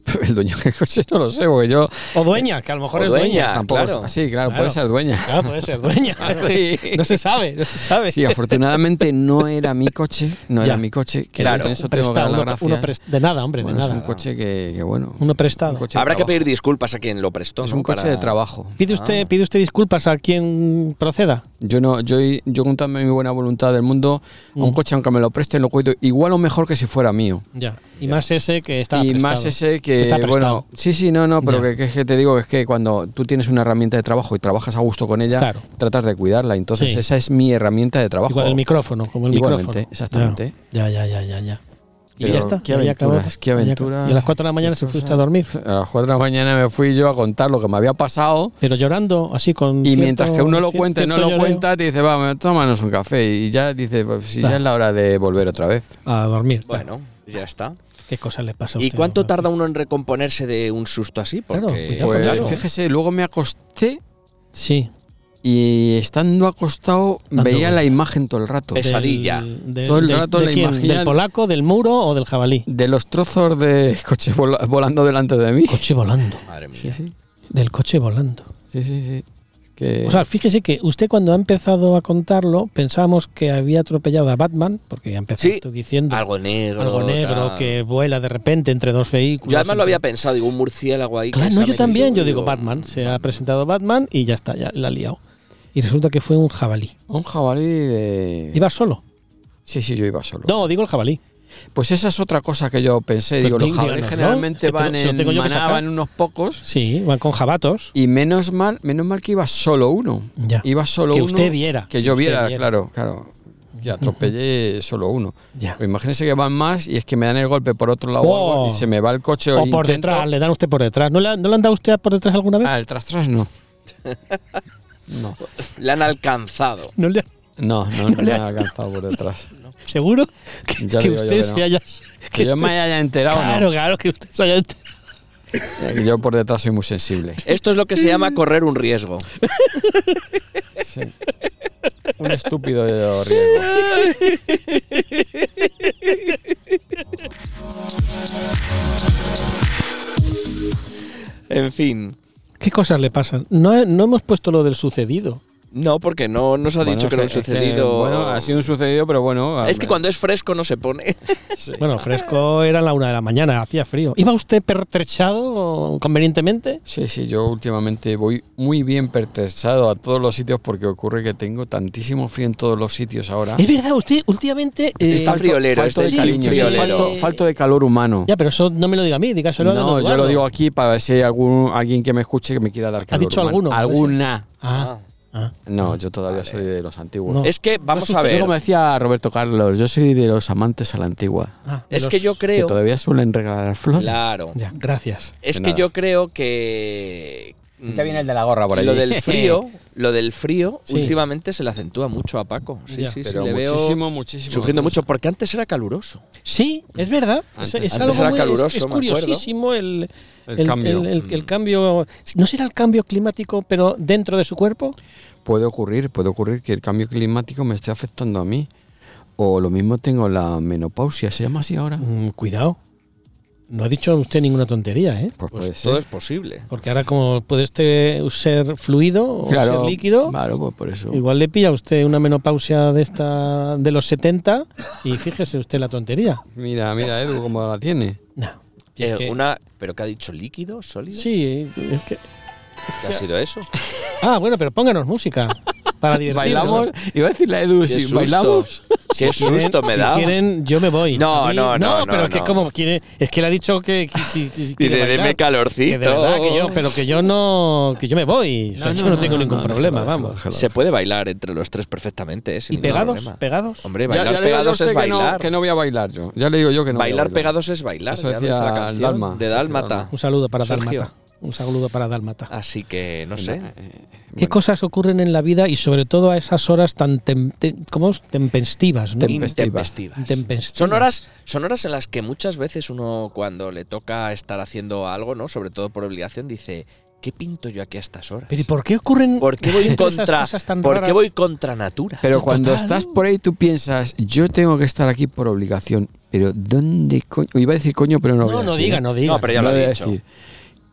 Speaker 4: El dueño del coche no lo sé, porque yo
Speaker 3: O dueña, que a lo mejor
Speaker 2: O
Speaker 3: es dueña.
Speaker 2: dueña. Ah,
Speaker 4: tampoco.
Speaker 2: claro.
Speaker 4: Sí, claro,
Speaker 3: Claro.
Speaker 4: puede ser dueña.
Speaker 3: Claro, puede ser dueña.
Speaker 4: Ah, Sí.
Speaker 3: No se sabe, no se sabe.
Speaker 4: Sí, afortunadamente no era mi coche, no
Speaker 3: Ya.
Speaker 4: era mi coche. Que
Speaker 2: Claro.
Speaker 4: por eso tengo que
Speaker 3: Prestado,
Speaker 4: dar las
Speaker 3: uno- uno
Speaker 4: gracias.
Speaker 3: pres- de nada, hombre,
Speaker 4: Bueno,
Speaker 3: de
Speaker 4: es
Speaker 3: nada.
Speaker 4: un coche que, que, bueno.
Speaker 3: Uno
Speaker 4: un
Speaker 3: prestado.
Speaker 4: coche de
Speaker 2: Habrá que
Speaker 4: trabajo.
Speaker 2: pedir disculpas a quien lo prestó.
Speaker 4: Es
Speaker 2: ¿no?
Speaker 4: un coche
Speaker 2: Para-
Speaker 4: de trabajo.
Speaker 3: ¿Pide usted,
Speaker 2: Ah.
Speaker 3: ¿Pide usted disculpas a quien proceda?
Speaker 4: Yo no, yo, yo con toda mi buena voluntad del mundo, a
Speaker 3: Mm.
Speaker 4: un coche aunque me lo presten, lo cuido igual o mejor que si fuera mío.
Speaker 3: Ya. Y más ese que está
Speaker 4: y
Speaker 3: prestado.
Speaker 4: más ese que,
Speaker 3: Está prestado.
Speaker 4: bueno, sí, sí, no, no, pero
Speaker 3: Ya.
Speaker 4: que, que es que te digo que es que cuando tú tienes una herramienta de trabajo y trabajas a gusto con ella,
Speaker 3: Claro.
Speaker 4: tratas de cuidarla. Entonces
Speaker 3: Sí.
Speaker 4: esa es mi herramienta de trabajo.
Speaker 3: Igual el micrófono, como el
Speaker 4: Igualmente,
Speaker 3: micrófono.
Speaker 4: exactamente.
Speaker 3: Ya, ya, ya, ya, ya. Y
Speaker 4: Pero
Speaker 3: ya está.
Speaker 4: Qué
Speaker 3: ahí acabó.
Speaker 4: aventuras, qué
Speaker 3: Ahí acabó.
Speaker 4: aventuras.
Speaker 3: Y a las 4 de la mañana se fue
Speaker 4: fuiste
Speaker 3: usted a dormir.
Speaker 4: A las 4 de la mañana me fui yo a contar lo que me había pasado.
Speaker 3: Pero llorando, así con.
Speaker 4: Y mientras que uno lo cuenta y no lo
Speaker 3: cuenta
Speaker 4: cuenta, te dice, vamos, tómanos un café. Y ya dice, pues, si
Speaker 3: Claro.
Speaker 4: ya es la hora de volver otra vez.
Speaker 3: A dormir. Bueno.
Speaker 2: Bueno, ya está.
Speaker 3: ¿Qué cosa le pasa a
Speaker 2: ¿Y
Speaker 3: usted,
Speaker 2: cuánto
Speaker 3: don
Speaker 2: tarda
Speaker 3: Francisco?
Speaker 2: uno en recomponerse de un susto así?
Speaker 3: Claro,
Speaker 2: Porque
Speaker 3: Ya,
Speaker 4: Pues
Speaker 3: claro.
Speaker 4: fíjese, luego me acosté
Speaker 3: Sí.
Speaker 4: y estando acostado
Speaker 3: Dando
Speaker 4: veía la
Speaker 3: vueltas.
Speaker 4: imagen todo el rato.
Speaker 2: Es- Pesadilla.
Speaker 3: Del, del-
Speaker 4: Todo el
Speaker 3: del-
Speaker 4: rato
Speaker 3: de
Speaker 4: la
Speaker 3: quién?
Speaker 4: imagina-
Speaker 3: ¿Del polaco, del muro o del jabalí?
Speaker 4: De los trozos de coche vola- volando delante de mí.
Speaker 3: Coche volando.
Speaker 2: Madre mía.
Speaker 4: Sí, sí,
Speaker 3: Del coche volando.
Speaker 4: sí, sí. sí. Es que-
Speaker 3: O sea, fíjese que usted cuando ha empezado a contarlo, pensábamos que había atropellado a Batman, porque ya empezó
Speaker 2: Sí,
Speaker 3: tú diciendo algo,
Speaker 2: Algo negro.
Speaker 3: negro
Speaker 2: tal.
Speaker 3: que vuela de repente entre dos vehículos.
Speaker 2: Yo además lo
Speaker 3: entre-
Speaker 2: había pensado, digo, un murciélago ahí. que
Speaker 3: Claro,
Speaker 2: se
Speaker 3: no,
Speaker 2: ha
Speaker 3: yo
Speaker 2: metido,
Speaker 3: también, yo digo Batman.
Speaker 4: mm.
Speaker 3: Se ha presentado Batman y ya está, ya la ha liado. Y resulta que fue un jabalí.
Speaker 4: un jabalí de...
Speaker 3: Iba solo.
Speaker 4: Sí, sí, yo iba solo.
Speaker 3: No, digo el jabalí.
Speaker 4: Pues esa es otra cosa que yo pensé.
Speaker 3: Pero
Speaker 4: Digo, los
Speaker 3: tú
Speaker 4: jabalíes
Speaker 3: díganos, ¿no?
Speaker 4: generalmente
Speaker 3: Es que te lo-
Speaker 4: van
Speaker 3: se lo
Speaker 4: en
Speaker 3: tengo yo que
Speaker 4: manada,
Speaker 3: sacar.
Speaker 4: van unos pocos.
Speaker 3: Sí, van con jabatos.
Speaker 4: Y menos mal, menos mal que iba solo uno.
Speaker 3: Ya.
Speaker 4: Iba solo
Speaker 3: Que
Speaker 4: uno.
Speaker 3: usted viera,
Speaker 4: Que yo
Speaker 3: que usted
Speaker 4: viera,
Speaker 3: viera.
Speaker 4: claro, claro. Y atropellé solo uno.
Speaker 3: Ya.
Speaker 4: Pues imagínense que van más y es que me dan el golpe por otro lado
Speaker 3: Oh.
Speaker 4: o algo y se me va el coche.
Speaker 3: O por
Speaker 4: intento-
Speaker 3: detrás, le dan a usted por detrás. ¿No le, han- ¿No le han dado a usted por detrás alguna vez?
Speaker 4: Ah, el tras tras no. No,
Speaker 2: Le han alcanzado.
Speaker 3: ¿No le han-
Speaker 4: no, no, no me han alcanzado por detrás.
Speaker 3: ¿Seguro? Que,
Speaker 4: Ya
Speaker 3: que
Speaker 4: digo yo
Speaker 3: usted
Speaker 4: que
Speaker 3: se
Speaker 4: no.
Speaker 3: haya.
Speaker 4: Que yo me haya enterado,
Speaker 3: Claro, claro, que usted se haya.
Speaker 4: no. Eh, Yo por detrás soy muy sensible.
Speaker 2: Esto es lo que se llama correr un riesgo.
Speaker 4: Sí. Un estúpido de riesgo.
Speaker 2: En fin.
Speaker 3: ¿Qué cosas le pasan? No, no hemos puesto lo del sucedido.
Speaker 2: No, porque no nos ha dicho
Speaker 4: Bueno,
Speaker 2: que no ha
Speaker 4: es es que,
Speaker 2: sucedido.
Speaker 4: bueno, ha sido un sucedido, pero bueno.
Speaker 2: Es que
Speaker 4: ah,
Speaker 2: cuando es fresco no se pone.
Speaker 4: sí.
Speaker 3: Bueno, fresco era la una de la mañana, hacía frío. ¿Iba usted pertrechado convenientemente?
Speaker 4: Sí, sí, yo últimamente voy muy bien pertrechado a todos los sitios porque ocurre que tengo tantísimo frío en todos los sitios ahora.
Speaker 3: Es verdad, usted últimamente.
Speaker 2: Este
Speaker 3: eh,
Speaker 2: está friolero,
Speaker 4: Falto
Speaker 2: este
Speaker 4: de
Speaker 3: sí,
Speaker 4: cariño,
Speaker 3: sí,
Speaker 4: estoy
Speaker 2: friolero.
Speaker 4: falto, falto de calor humano.
Speaker 3: Ya, pero eso no me lo diga a mí, dígaselo a don
Speaker 4: No, yo
Speaker 3: Eduardo.
Speaker 4: lo digo aquí para ver si hay algún, alguien que me escuche que me quiera dar calor.
Speaker 3: dicho
Speaker 4: humano.
Speaker 3: alguno?
Speaker 4: Alguna.
Speaker 3: Ah, ah.
Speaker 4: No, yo todavía soy de los antiguos. Eh,
Speaker 3: No.
Speaker 2: Es que, vamos
Speaker 4: Yo,
Speaker 2: a ver.
Speaker 4: como decía Roberto Carlos, yo soy de los amantes a la antigua.
Speaker 3: ah, de
Speaker 2: Es
Speaker 3: los-
Speaker 2: que yo
Speaker 4: Que
Speaker 2: creo.
Speaker 4: todavía suelen regalar flores.
Speaker 2: Claro.
Speaker 3: Ya, gracias.
Speaker 2: Es
Speaker 4: De
Speaker 2: que
Speaker 4: nada.
Speaker 2: yo creo que,
Speaker 5: Ya viene el de la gorra por ahí.
Speaker 2: Lo del frío, lo del frío,
Speaker 3: Sí.
Speaker 2: últimamente se le acentúa mucho a Paco. Sí,
Speaker 3: Ya.
Speaker 2: sí, sí,
Speaker 4: Pero
Speaker 2: le veo
Speaker 4: muchísimo, muchísimo.
Speaker 2: surgiendo mucho, porque antes era caluroso.
Speaker 3: Sí, es verdad.
Speaker 4: Antes-
Speaker 3: es, es
Speaker 2: antes
Speaker 3: algo
Speaker 2: era
Speaker 3: muy- es-
Speaker 2: caluroso,
Speaker 3: es
Speaker 2: me acuerdo.
Speaker 3: curiosísimo el,
Speaker 4: El cambio.
Speaker 3: el- el cambio. ¿No será el cambio climático, pero dentro de su cuerpo?
Speaker 4: Puede ocurrir, puede ocurrir que el cambio climático me esté afectando a mí. O lo mismo tengo la menopausia, ¿se llama así ahora?
Speaker 3: Mm, cuidado. No ha dicho usted ninguna tontería, ¿eh?
Speaker 2: Pues
Speaker 4: Pues, puede
Speaker 2: todo
Speaker 4: ser.
Speaker 2: es posible.
Speaker 3: Porque ahora, como puede usted ser fluido o
Speaker 4: Claro,
Speaker 3: ser líquido,
Speaker 4: Claro, pues por eso.
Speaker 3: igual le pilla a usted una menopausia de esta de los 70 y fíjese usted la tontería.
Speaker 4: Mira, mira, Edu, cómo la tiene.
Speaker 3: No.
Speaker 2: Eh,
Speaker 3: que-
Speaker 2: una, ¿Pero qué ha dicho? ¿Líquido? ¿Sólido?
Speaker 3: Sí, es que-
Speaker 2: ¿Qué ha sido eso?
Speaker 3: Ah, bueno, pero pónganos música para divertirnos.
Speaker 4: ¿Bailamos? Iba a decirle a Edu,
Speaker 2: Qué
Speaker 4: si
Speaker 2: susto.
Speaker 4: bailamos.
Speaker 2: Qué
Speaker 3: Si quieren-
Speaker 2: susto me
Speaker 3: si
Speaker 2: da.
Speaker 3: quieren, yo me voy.
Speaker 2: No,
Speaker 3: A mí-
Speaker 2: no, no,
Speaker 3: No, pero
Speaker 2: no,
Speaker 3: es que
Speaker 2: no.
Speaker 3: como quiere. Es que le ha dicho que, que si, que si quiere
Speaker 2: Tiene,
Speaker 3: bailar.
Speaker 2: deme
Speaker 3: Que de
Speaker 2: calorcito.
Speaker 3: verdad que yo, pero que yo no. Que yo me voy. O sea, yo no, tengo ningún
Speaker 4: no,
Speaker 3: problema,
Speaker 4: déjalo,
Speaker 3: vamos.
Speaker 4: déjalo,
Speaker 2: Se puede bailar entre los tres perfectamente, ¿eh? sin
Speaker 3: ¿Y
Speaker 2: ningún
Speaker 3: pegados?
Speaker 2: problema.
Speaker 3: ¿Pegados?
Speaker 2: Hombre,
Speaker 4: déjalo. Ya-
Speaker 2: bailar
Speaker 4: ya le digo yo a
Speaker 2: pegados
Speaker 4: usted
Speaker 2: es
Speaker 4: que no-
Speaker 2: bailar.
Speaker 4: Que no voy a bailar yo. Ya le digo yo que no. voy a
Speaker 2: bailar pegados es bailar.
Speaker 4: Eso
Speaker 2: ya dice la
Speaker 4: decía
Speaker 2: canción
Speaker 4: Dalma,
Speaker 2: De
Speaker 4: Sergio
Speaker 2: Dálmata.
Speaker 4: Dalma.
Speaker 3: Un saludo para
Speaker 2: Sergio. Ah,
Speaker 3: Dalmata. Un saludo para Dalmata.
Speaker 2: Así que, no sé.
Speaker 3: ¿Qué cosas ocurren en la vida y sobre todo a esas horas tan tem- tem- ¿cómo? tempestivas? ¿no?
Speaker 4: Intempestivas.
Speaker 2: Intempestivas.
Speaker 3: Intempestivas.
Speaker 2: Son horas, son horas en las que muchas veces uno cuando le toca estar haciendo algo, ¿no? Sobre todo por obligación, dice, ¿qué pinto yo aquí a estas horas?
Speaker 3: Pero ¿y por qué ocurren
Speaker 2: ¿Por qué voy
Speaker 3: esas
Speaker 2: contra,
Speaker 3: cosas tan
Speaker 2: ¿por qué
Speaker 3: raras?
Speaker 2: voy contra natura?
Speaker 4: Pero cuando
Speaker 3: Total.
Speaker 4: estás por ahí tú piensas, yo tengo que estar aquí por obligación, pero ¿dónde coño? Iba a decir coño, pero no lo
Speaker 3: No,
Speaker 4: voy a
Speaker 3: no
Speaker 4: decir,
Speaker 3: diga,
Speaker 4: ¿eh?
Speaker 3: no diga.
Speaker 2: No, pero ya
Speaker 4: No
Speaker 2: lo
Speaker 4: voy
Speaker 2: he
Speaker 4: a
Speaker 2: dicho.
Speaker 4: decir.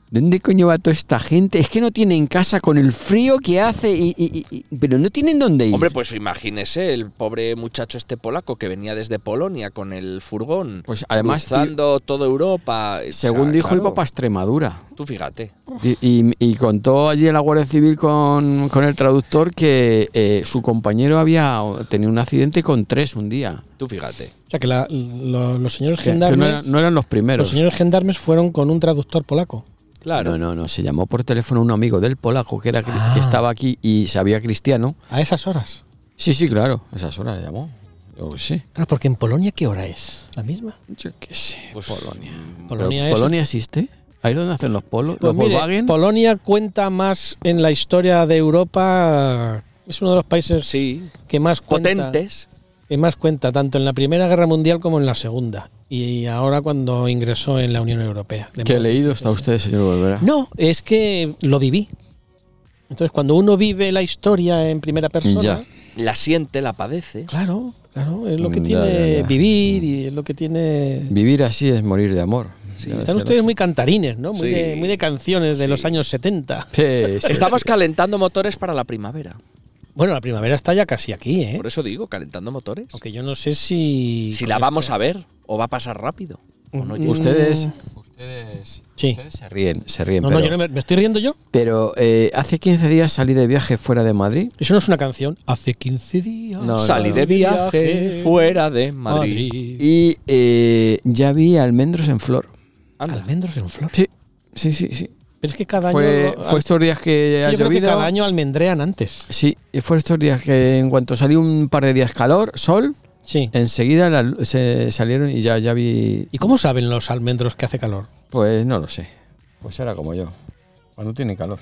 Speaker 4: ¿Dónde coño va toda esta gente? Es que no tienen casa con el frío que hace y, y- y- y- pero no tienen dónde ir.
Speaker 2: Hombre, pues imagínese el pobre muchacho este polaco que venía desde Polonia con el furgón,
Speaker 4: Pues, además,
Speaker 2: cruzando toda Europa. o sea,
Speaker 4: Según dijo,
Speaker 2: claro,
Speaker 4: iba para Extremadura.
Speaker 2: Tú fíjate.
Speaker 4: Y, y- y contó allí en la Guardia Civil con, con el traductor que eh, su compañero había tenido un accidente con tres un día.
Speaker 2: Tú fíjate.
Speaker 3: O sea, que la- lo- los señores
Speaker 4: Que, que no,
Speaker 3: gendarmes.
Speaker 4: eran, no eran los primeros.
Speaker 3: Los señores gendarmes fueron con un traductor polaco.
Speaker 2: Claro.
Speaker 4: No, no, no. Se llamó por teléfono un amigo del polaco que, era, cri-
Speaker 3: Ah.
Speaker 4: que estaba aquí y sabía cristiano.
Speaker 3: A esas horas.
Speaker 4: Sí, sí, claro. A esas horas le llamó. Yo qué sé.
Speaker 3: Claro, porque en Polonia, ¿qué hora es? ¿La misma?
Speaker 4: Yo qué sé.
Speaker 2: Pues,
Speaker 4: Polonia. Pero,
Speaker 3: Polonia
Speaker 4: mm, Polonia,
Speaker 3: es-
Speaker 4: existe? ¿Ahí donde hacen los polos?
Speaker 3: Pues
Speaker 4: ¿Los
Speaker 3: mire,
Speaker 4: Volkswagen?
Speaker 3: Polonia cuenta más en la historia de Europa. Es uno de los países
Speaker 2: Sí.
Speaker 3: que más cuenta.
Speaker 2: Potentes.
Speaker 3: Que más cuenta, tanto en la Primera Guerra Mundial como en la Segunda. Y ahora cuando ingresó en la Unión Europea. De
Speaker 4: ¿Qué
Speaker 3: modo-
Speaker 4: leído está usted, señor Volvera?
Speaker 3: No, es que lo viví. Entonces, cuando uno vive la historia en primera persona,
Speaker 4: Ya. Mm,
Speaker 2: La siente, la padece.
Speaker 3: claro, claro, es lo que
Speaker 4: Ya,
Speaker 3: tiene
Speaker 4: ya, ya.
Speaker 3: vivir y es lo que tiene
Speaker 4: Vivir así es morir de amor.
Speaker 3: Sí, están ustedes muy cantarines, ¿no? Muy,
Speaker 2: Sí.
Speaker 3: de, muy de canciones de
Speaker 2: Sí.
Speaker 3: los años 70.
Speaker 4: Sí, sí,
Speaker 2: Estamos
Speaker 4: sí.
Speaker 2: calentando motores para la primavera.
Speaker 3: Bueno, la primavera está ya casi aquí, ¿eh?
Speaker 2: Por eso digo, calentando motores.
Speaker 3: Aunque yo no sé si...
Speaker 2: Si la vamos a ver o va a pasar rápido. o no llega.
Speaker 4: Ustedes,
Speaker 3: Mm.
Speaker 4: ustedes,
Speaker 3: Sí.
Speaker 4: ustedes se ríen, se ríen.
Speaker 3: No, no,
Speaker 4: pero
Speaker 3: yo no me, me estoy riendo yo.
Speaker 4: pero, eh, hace 15 días salí de viaje fuera de Madrid.
Speaker 3: Eso no es una canción. Hace 15 días...
Speaker 4: No,
Speaker 2: Salí
Speaker 4: no,
Speaker 2: de
Speaker 4: no.
Speaker 2: viaje,
Speaker 3: Viaje.
Speaker 2: fuera de Madrid.
Speaker 4: Y eh, ya vi almendros en flor.
Speaker 2: Anda.
Speaker 3: Almendros en flor.
Speaker 4: Sí, sí, sí. sí.
Speaker 3: Pero es que cada
Speaker 4: Fue,
Speaker 3: año...
Speaker 4: fue estos días que ha
Speaker 3: yo creo que
Speaker 4: llovido.
Speaker 3: cada año almendrean antes.
Speaker 4: Sí, y fue estos días que en cuanto salió un par de días calor, sol,
Speaker 3: Sí.
Speaker 4: enseguida la lu- se salieron y ya, ya vi.
Speaker 3: ¿Y cómo saben los almendros que hace calor?
Speaker 4: Pues no lo sé. Pues era como yo. Cuando tiene calor.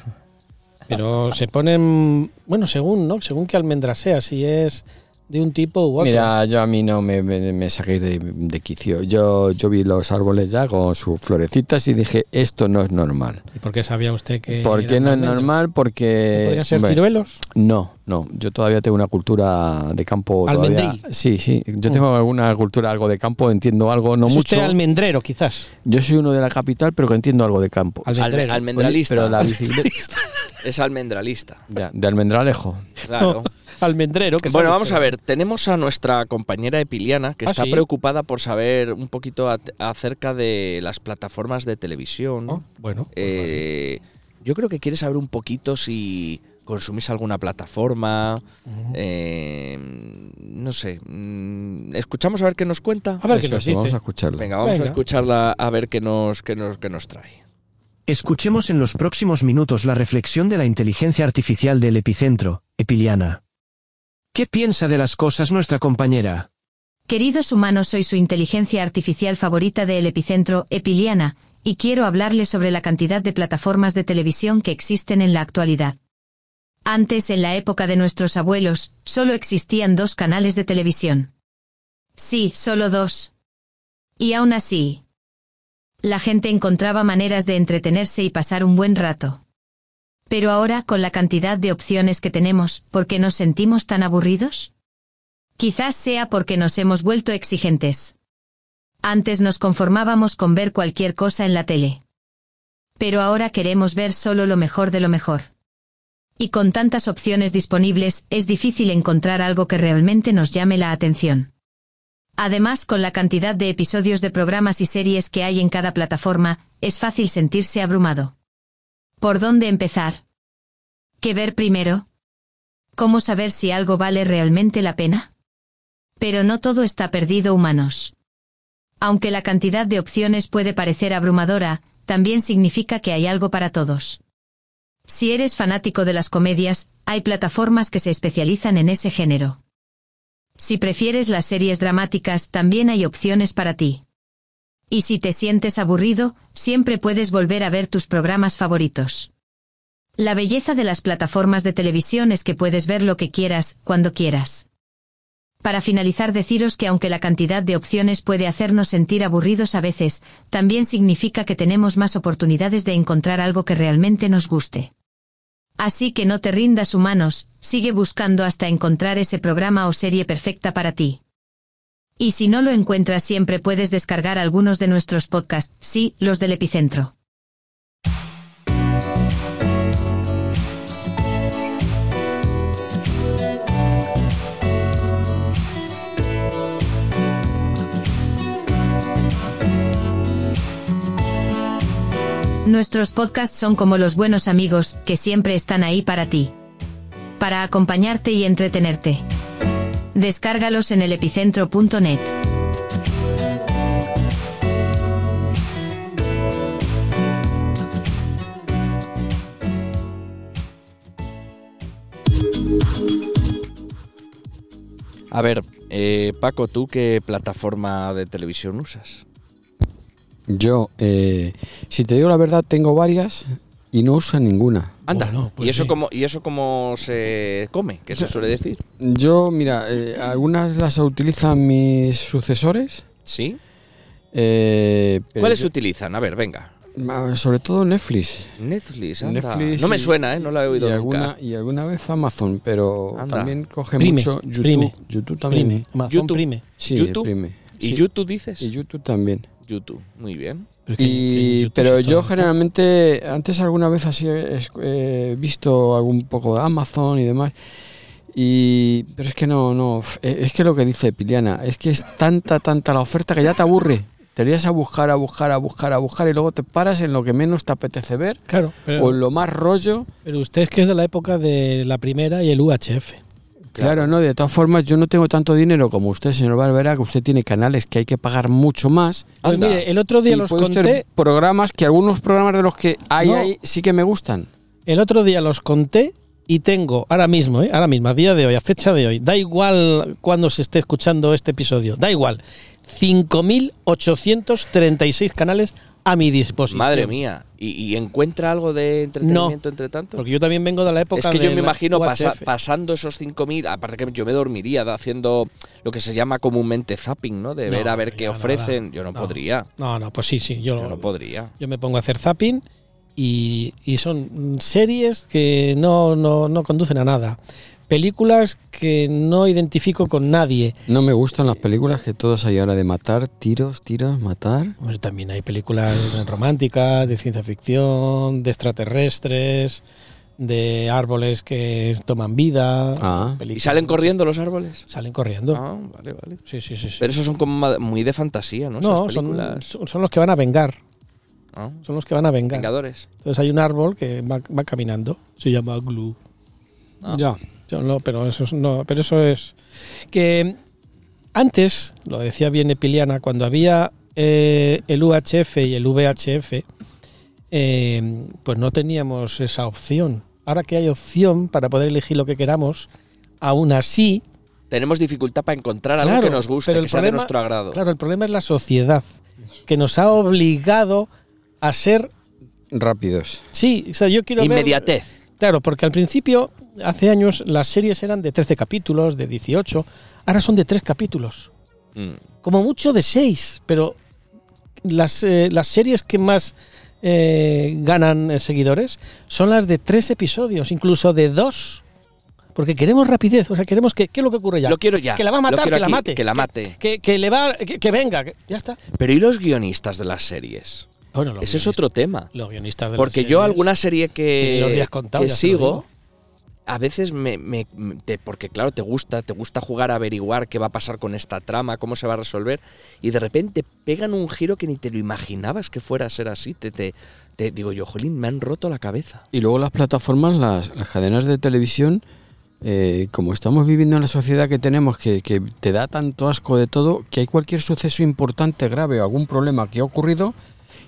Speaker 3: Pero se ponen... Bueno, según, ¿no? Según qué almendra sea, si es de un tipo u otro.
Speaker 4: Mira, yo a mí no me, me, me saquéis de, de quicio. Yo, yo vi los árboles ya con sus florecitas y dije, esto no es normal.
Speaker 3: ¿Y por qué sabía usted que...
Speaker 4: ¿Por qué
Speaker 3: eran
Speaker 4: no es
Speaker 3: almendros?
Speaker 4: normal? Eh, Porque...
Speaker 3: ¿Podrían ser
Speaker 4: bueno,
Speaker 3: ciruelos?
Speaker 4: No, no. Yo todavía tengo una cultura de campo... todavía-
Speaker 3: Almendril. Mm.
Speaker 4: Sí, sí. Yo tengo alguna cultura, algo de campo, entiendo algo, no
Speaker 3: Es
Speaker 4: mucho.
Speaker 3: usted almendrero, quizás.
Speaker 4: Yo soy uno de la capital, pero que entiendo algo de campo.
Speaker 3: Al-
Speaker 2: Alme-
Speaker 3: Almendrero.
Speaker 2: almendralista.
Speaker 4: Pues Pero la bicicleta...
Speaker 2: Es almendralista.
Speaker 4: Ya, de almendralejo.
Speaker 2: Claro.
Speaker 3: Almendrero, que
Speaker 2: Bueno,
Speaker 3: sabe
Speaker 2: vamos
Speaker 3: usted.
Speaker 2: a ver. Tenemos a nuestra compañera Epiliana que
Speaker 3: Ah,
Speaker 2: está
Speaker 3: ¿sí?
Speaker 2: preocupada por saber un poquito at- acerca de las plataformas de televisión.
Speaker 3: Oh, bueno,
Speaker 2: Eh, Yo creo que quiere saber un poquito si consumís alguna plataforma. eh, no sé. mm, Escuchamos a ver qué nos cuenta.
Speaker 3: A ver qué
Speaker 4: Eso,
Speaker 3: nos
Speaker 4: eso, Vamos
Speaker 3: dice.
Speaker 4: a escucharlo.
Speaker 2: Venga, vamos
Speaker 3: Venga.
Speaker 2: a escucharla a ver qué nos, qué nos, qué nos trae.
Speaker 6: Escuchemos en los próximos minutos la reflexión de la inteligencia artificial del epicentro, Epiliana. ¿Qué piensa de las cosas nuestra compañera?
Speaker 7: Queridos humanos, soy su inteligencia artificial favorita de El Epicentro, Epiliana,
Speaker 5: y quiero hablarle sobre la cantidad de plataformas de televisión que existen en la actualidad. Antes, en la época de nuestros abuelos, solo existían dos canales de televisión. Sí, solo dos. Y aún así. La gente encontraba maneras de entretenerse y pasar un buen rato. Pero ahora, con la cantidad de opciones que tenemos, ¿por qué nos sentimos tan aburridos? Quizás sea porque nos hemos vuelto exigentes. Antes nos conformábamos con ver cualquier cosa en la tele. Pero ahora queremos ver solo lo mejor de lo mejor. Y con tantas opciones disponibles, es difícil encontrar algo que realmente nos llame la atención. Además, con la cantidad de episodios de programas y series que hay en cada plataforma, es fácil sentirse abrumado. ¿Por dónde empezar? ¿Qué ver primero? ¿Cómo saber si algo vale realmente la pena? Pero no todo está perdido, humanos. Aunque la cantidad de opciones puede parecer abrumadora, también significa que hay algo para todos. Si eres fanático de las comedias, hay plataformas que se especializan en ese género. Si prefieres las series dramáticas, también hay opciones para ti. Y si te sientes aburrido, siempre puedes volver a ver tus programas favoritos. La belleza de las plataformas de televisión es que puedes ver lo que quieras, cuando quieras. Para finalizar, deciros que aunque la cantidad de opciones puede hacernos sentir aburridos a veces, también significa que tenemos más oportunidades de encontrar algo que realmente nos guste. Así que no te rindas humanos, sigue buscando hasta encontrar ese programa o serie perfecta para ti. Y si no lo encuentras siempre puedes descargar algunos de nuestros podcasts, sí, los del epicentro. Nuestros podcasts son como los buenos amigos, que siempre están ahí para ti. Para acompañarte y entretenerte. Descárgalos en elepicentro.net.
Speaker 2: A ver, eh, Paco, ¿tú qué plataforma de televisión usas?
Speaker 7: Yo, eh, si te digo la verdad, tengo varias y no uso ninguna.
Speaker 2: Anda,
Speaker 3: Bueno, pues
Speaker 2: ¿y, eso
Speaker 3: sí.
Speaker 2: cómo, ¿y eso cómo se come? ¿Qué se suele decir?
Speaker 7: Yo, mira, eh, algunas las utilizan mis sucesores.
Speaker 2: ¿Sí?
Speaker 7: eh, pero
Speaker 2: ¿Cuáles
Speaker 7: yo-
Speaker 2: utilizan? A ver, venga.
Speaker 7: ah, Sobre todo Netflix.
Speaker 2: Netflix, anda.
Speaker 7: Netflix
Speaker 2: no me
Speaker 7: y-
Speaker 2: suena, ¿eh? No la he oído
Speaker 7: y
Speaker 2: nunca.
Speaker 7: alguna, y alguna vez Amazon, pero
Speaker 2: Anda.
Speaker 7: también coge
Speaker 3: Prime,
Speaker 7: mucho YouTube.
Speaker 3: Prime.
Speaker 7: YouTube también.
Speaker 3: Prime,
Speaker 7: ¿eh?
Speaker 3: Amazon
Speaker 2: YouTube.
Speaker 3: Prime.
Speaker 7: Sí,
Speaker 2: YouTube.
Speaker 7: Prime.
Speaker 2: ¿Y
Speaker 7: Sí,
Speaker 2: YouTube dices?
Speaker 7: y YouTube también.
Speaker 2: YouTube, muy bien.
Speaker 3: Pero, es que- que
Speaker 7: Y,
Speaker 3: YouTube
Speaker 7: pero
Speaker 3: es
Speaker 7: yo
Speaker 3: todo.
Speaker 7: generalmente, antes alguna vez así he es- he visto algún poco de Amazon y demás. Y, pero es que no, no, f- eh, es que lo que dice Piliana, es que es tanta, tanta la oferta que ya te aburre. Te irías a buscar, a buscar, a buscar, a buscar y luego te paras en lo que menos te apetece ver
Speaker 3: Claro,
Speaker 7: o
Speaker 3: pero,
Speaker 7: en lo más rollo.
Speaker 3: pero usted es que es de la época de la primera y el UHF.
Speaker 7: Claro. no, de todas formas yo no tengo tanto dinero como usted, señor Barbera, que usted tiene canales que hay que pagar mucho más.
Speaker 3: Pues
Speaker 2: Anda.
Speaker 3: mire, el otro día
Speaker 7: y
Speaker 3: los
Speaker 7: puede usted
Speaker 3: conté.
Speaker 7: ver programas que algunos programas de los que hay
Speaker 3: No.
Speaker 7: ahí sí que me gustan.
Speaker 3: El otro día los conté y tengo ahora mismo, ¿eh? ahora mismo, a día de hoy, a fecha de hoy, da igual cuando se esté escuchando este episodio, da igual, 5.836 canales a mi disposición.
Speaker 2: Madre mía. ¿Y, y encuentra algo de entretenimiento entre tanto?
Speaker 3: Porque yo también vengo de la época
Speaker 2: Es que yo
Speaker 3: del
Speaker 2: me imagino pasa-
Speaker 3: UHF.
Speaker 2: pasando esos 5.000, aparte que yo me dormiría da- haciendo lo que se llama comúnmente zapping, ¿no? De
Speaker 3: No,
Speaker 2: ver a ver qué
Speaker 3: yo nada.
Speaker 2: ofrecen. Yo no,
Speaker 3: No.
Speaker 2: podría.
Speaker 3: No, no, pues sí, sí, yo,
Speaker 2: Yo no podría.
Speaker 3: yo me pongo a hacer zapping y, y son series que no, no, no conducen a nada. Películas que no identifico con nadie.
Speaker 7: No me gustan las películas que todas hay ahora de matar, tiros, tiros, matar.
Speaker 3: Pues también hay películas románticas, de ciencia ficción, de extraterrestres, de árboles que toman vida.
Speaker 7: Ah.
Speaker 2: ¿Y
Speaker 3: películas-
Speaker 2: salen corriendo los árboles?
Speaker 3: Salen corriendo.
Speaker 2: Ah, vale, vale.
Speaker 3: Sí, sí, sí. sí.
Speaker 2: Pero esos son como ma- muy de fantasía, ¿no?
Speaker 3: no,
Speaker 2: Esas
Speaker 3: son,
Speaker 2: películas.
Speaker 3: son son los que van a vengar.
Speaker 2: Ah,
Speaker 3: Son los que van a vengar.
Speaker 2: Vengadores.
Speaker 3: Entonces hay un árbol que va, va caminando. Se llama Glue.
Speaker 7: Ya.
Speaker 3: Yo no, pero eso es, no, pero eso es que antes, lo decía bien Epiliana, cuando había eh, el UHF y el VHF, eh, pues no teníamos esa opción. Ahora que hay opción para poder elegir lo que queramos, aún así,
Speaker 2: Tenemos dificultad para encontrar algo
Speaker 3: Claro,
Speaker 2: que nos guste,
Speaker 3: pero
Speaker 2: que
Speaker 3: el
Speaker 2: sea de
Speaker 3: problema-
Speaker 2: nuestro agrado.
Speaker 3: claro, el problema es la sociedad que nos ha obligado a ser.
Speaker 4: Rápidos.
Speaker 3: Sí, o sea, yo quiero ver-
Speaker 2: Inmediatez.
Speaker 3: Claro, porque al principio, hace años, las series eran de 13 capítulos, de 18. Ahora son de 3 capítulos.
Speaker 2: Mm.
Speaker 3: Como mucho de 6. Pero las, eh, las series que más eh, ganan eh, seguidores son las de 3 episodios, incluso de 2. Porque queremos rapidez. O sea, queremos que. ¿Qué es lo que ocurre ya?
Speaker 2: Lo quiero ya.
Speaker 3: Que la va a
Speaker 2: Lo
Speaker 3: matar,
Speaker 2: quiero
Speaker 3: que la
Speaker 2: aquí,
Speaker 3: mate.
Speaker 2: Que la mate.
Speaker 3: Que, que le va. Que, que venga. que- ya está.
Speaker 2: Pero ¿y los guionistas de las series?
Speaker 3: Bueno, los
Speaker 2: Ese es
Speaker 3: guionistas-
Speaker 2: otro tema.
Speaker 3: Los guionistas de las
Speaker 2: Porque yo
Speaker 3: series-
Speaker 2: alguna serie
Speaker 3: que los
Speaker 2: que,
Speaker 3: días contados,
Speaker 2: que
Speaker 3: ya se lo
Speaker 2: sigo,
Speaker 3: digo.
Speaker 2: a veces me, me- me- te- porque claro, te gusta, te gusta jugar a averiguar qué va a pasar con esta trama, cómo se va a resolver, y de repente pegan un giro que ni te lo imaginabas que fuera a ser así. Te, te, te digo yo, jolín, me han roto la cabeza.
Speaker 4: Y luego las plataformas, las, las cadenas de televisión, eh, como estamos viviendo en la sociedad que tenemos, que, que te da tanto asco de todo, que hay cualquier suceso importante, grave o algún problema que ha ocurrido,